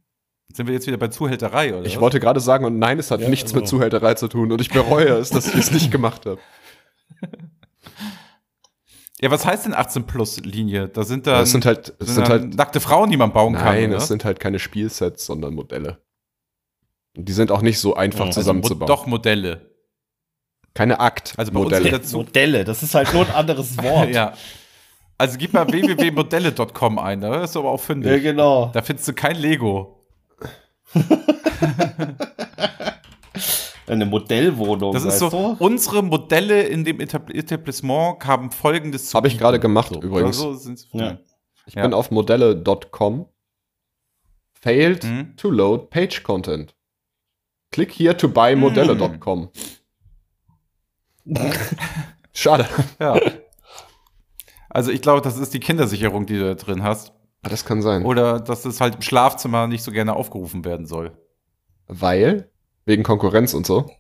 A: Sind wir jetzt wieder bei Zuhälterei, oder?
B: Ich
A: was?
B: wollte gerade sagen, und nein, es hat
C: Ja,
B: nichts
C: also-
B: mit Zuhälterei zu tun und ich bereue es, dass ich es nicht gemacht habe.
A: Ja, was heißt denn 18-Plus-Linie? Da sind dann,
B: Es sind halt, es
A: sind
B: sind
A: dann ne?
B: halt,
A: nackte Frauen, die man bauen kann.
B: nein,
A: oder?
B: es sind halt keine Spielsets, sondern Modelle. Und die sind auch nicht so einfach
C: Ja, also
A: Mo-
B: zusammenzubauen.
A: doch Modelle.
B: Keine Akt.
A: Also bei uns
B: Modelle.
A: wieder- Dazu.
C: Äh, Modelle, das ist halt nur ein anderes Wort.
A: Ja. Also gib mal www.modelle.com ein, ne? das ist aber auch
C: Ja,
A: fündig.
C: genau.
A: Da findest du kein Lego.
C: Eine
B: Oh,
C: Modellwohnung.
A: Das ist so,
C: weißt du?
A: unsere Modelle in dem Etab- Etablissement haben folgendes zu
B: Habe ich gerade gemacht
A: So,
B: übrigens.
A: oder So sind's-
C: Ja.
B: Ich
A: Ja.
B: bin auf modelle.com. Failed
A: Mhm.
B: to load page content. Click here to buy
A: Mhm.
B: modelle.com. Schade.
A: ja. Also ich glaube, das ist die Kindersicherung, die du da drin hast.
B: Ah, Das kann sein.
A: Oder dass es halt im Schlafzimmer nicht so gerne aufgerufen werden soll.
B: Weil? Wegen Konkurrenz und so.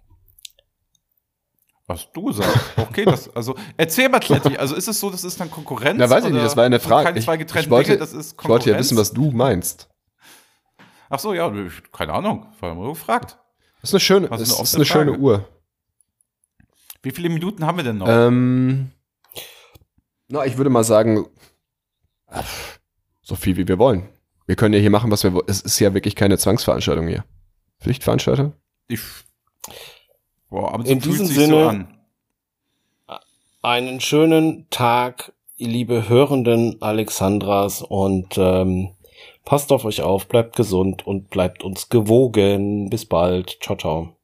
A: Was du sagst. Okay, das, also erzähl mal, Kletti, also ist es so, das ist dann Konkurrenz?
B: Na, weiß ich
A: oder
B: nicht, das war eine
A: sind
B: Frage.
A: Keine
B: Ich-
A: zwei
B: ich
A: getrennte
B: wollte-
A: Dinge, das ist
B: Ich wollte ja wissen,
A: Konkurrenz?
B: was du meinst.
A: Ach so, ja, ich- keine Ahnung, war nur gefragt.
B: Das ist eine schöne,
A: Also eine
B: ist, ist
A: offene
B: eine schöne
A: Frage.
B: Uhr.
A: Wie viele Minuten haben wir denn noch?
B: Ähm, na, ich würde mal sagen, ach, so viel wie wir wollen. Wir können ja hier machen, was wir wollen. Es ist ja wirklich keine Zwangsveranstaltung hier. Pflichtveranstaltung?
A: ich, boah, aber
C: in
A: es fühlt
C: diesem
A: sich
C: Sinne-
A: so an.
C: Einen schönen Tag, liebe Hörenden Alexandras und ähm, passt auf euch auf, bleibt gesund und bleibt uns gewogen. Bis bald. Ciao, ciao.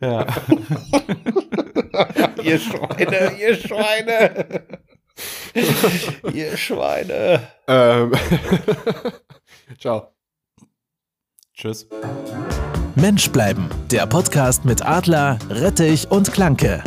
A: Ja.
C: Ihr Schweine, ihr Schweine. ihr Schweine.
B: Ähm. Ciao.
A: Tschüss.
D: Mensch bleiben, der Podcast mit Adler, Rettich und Klanke.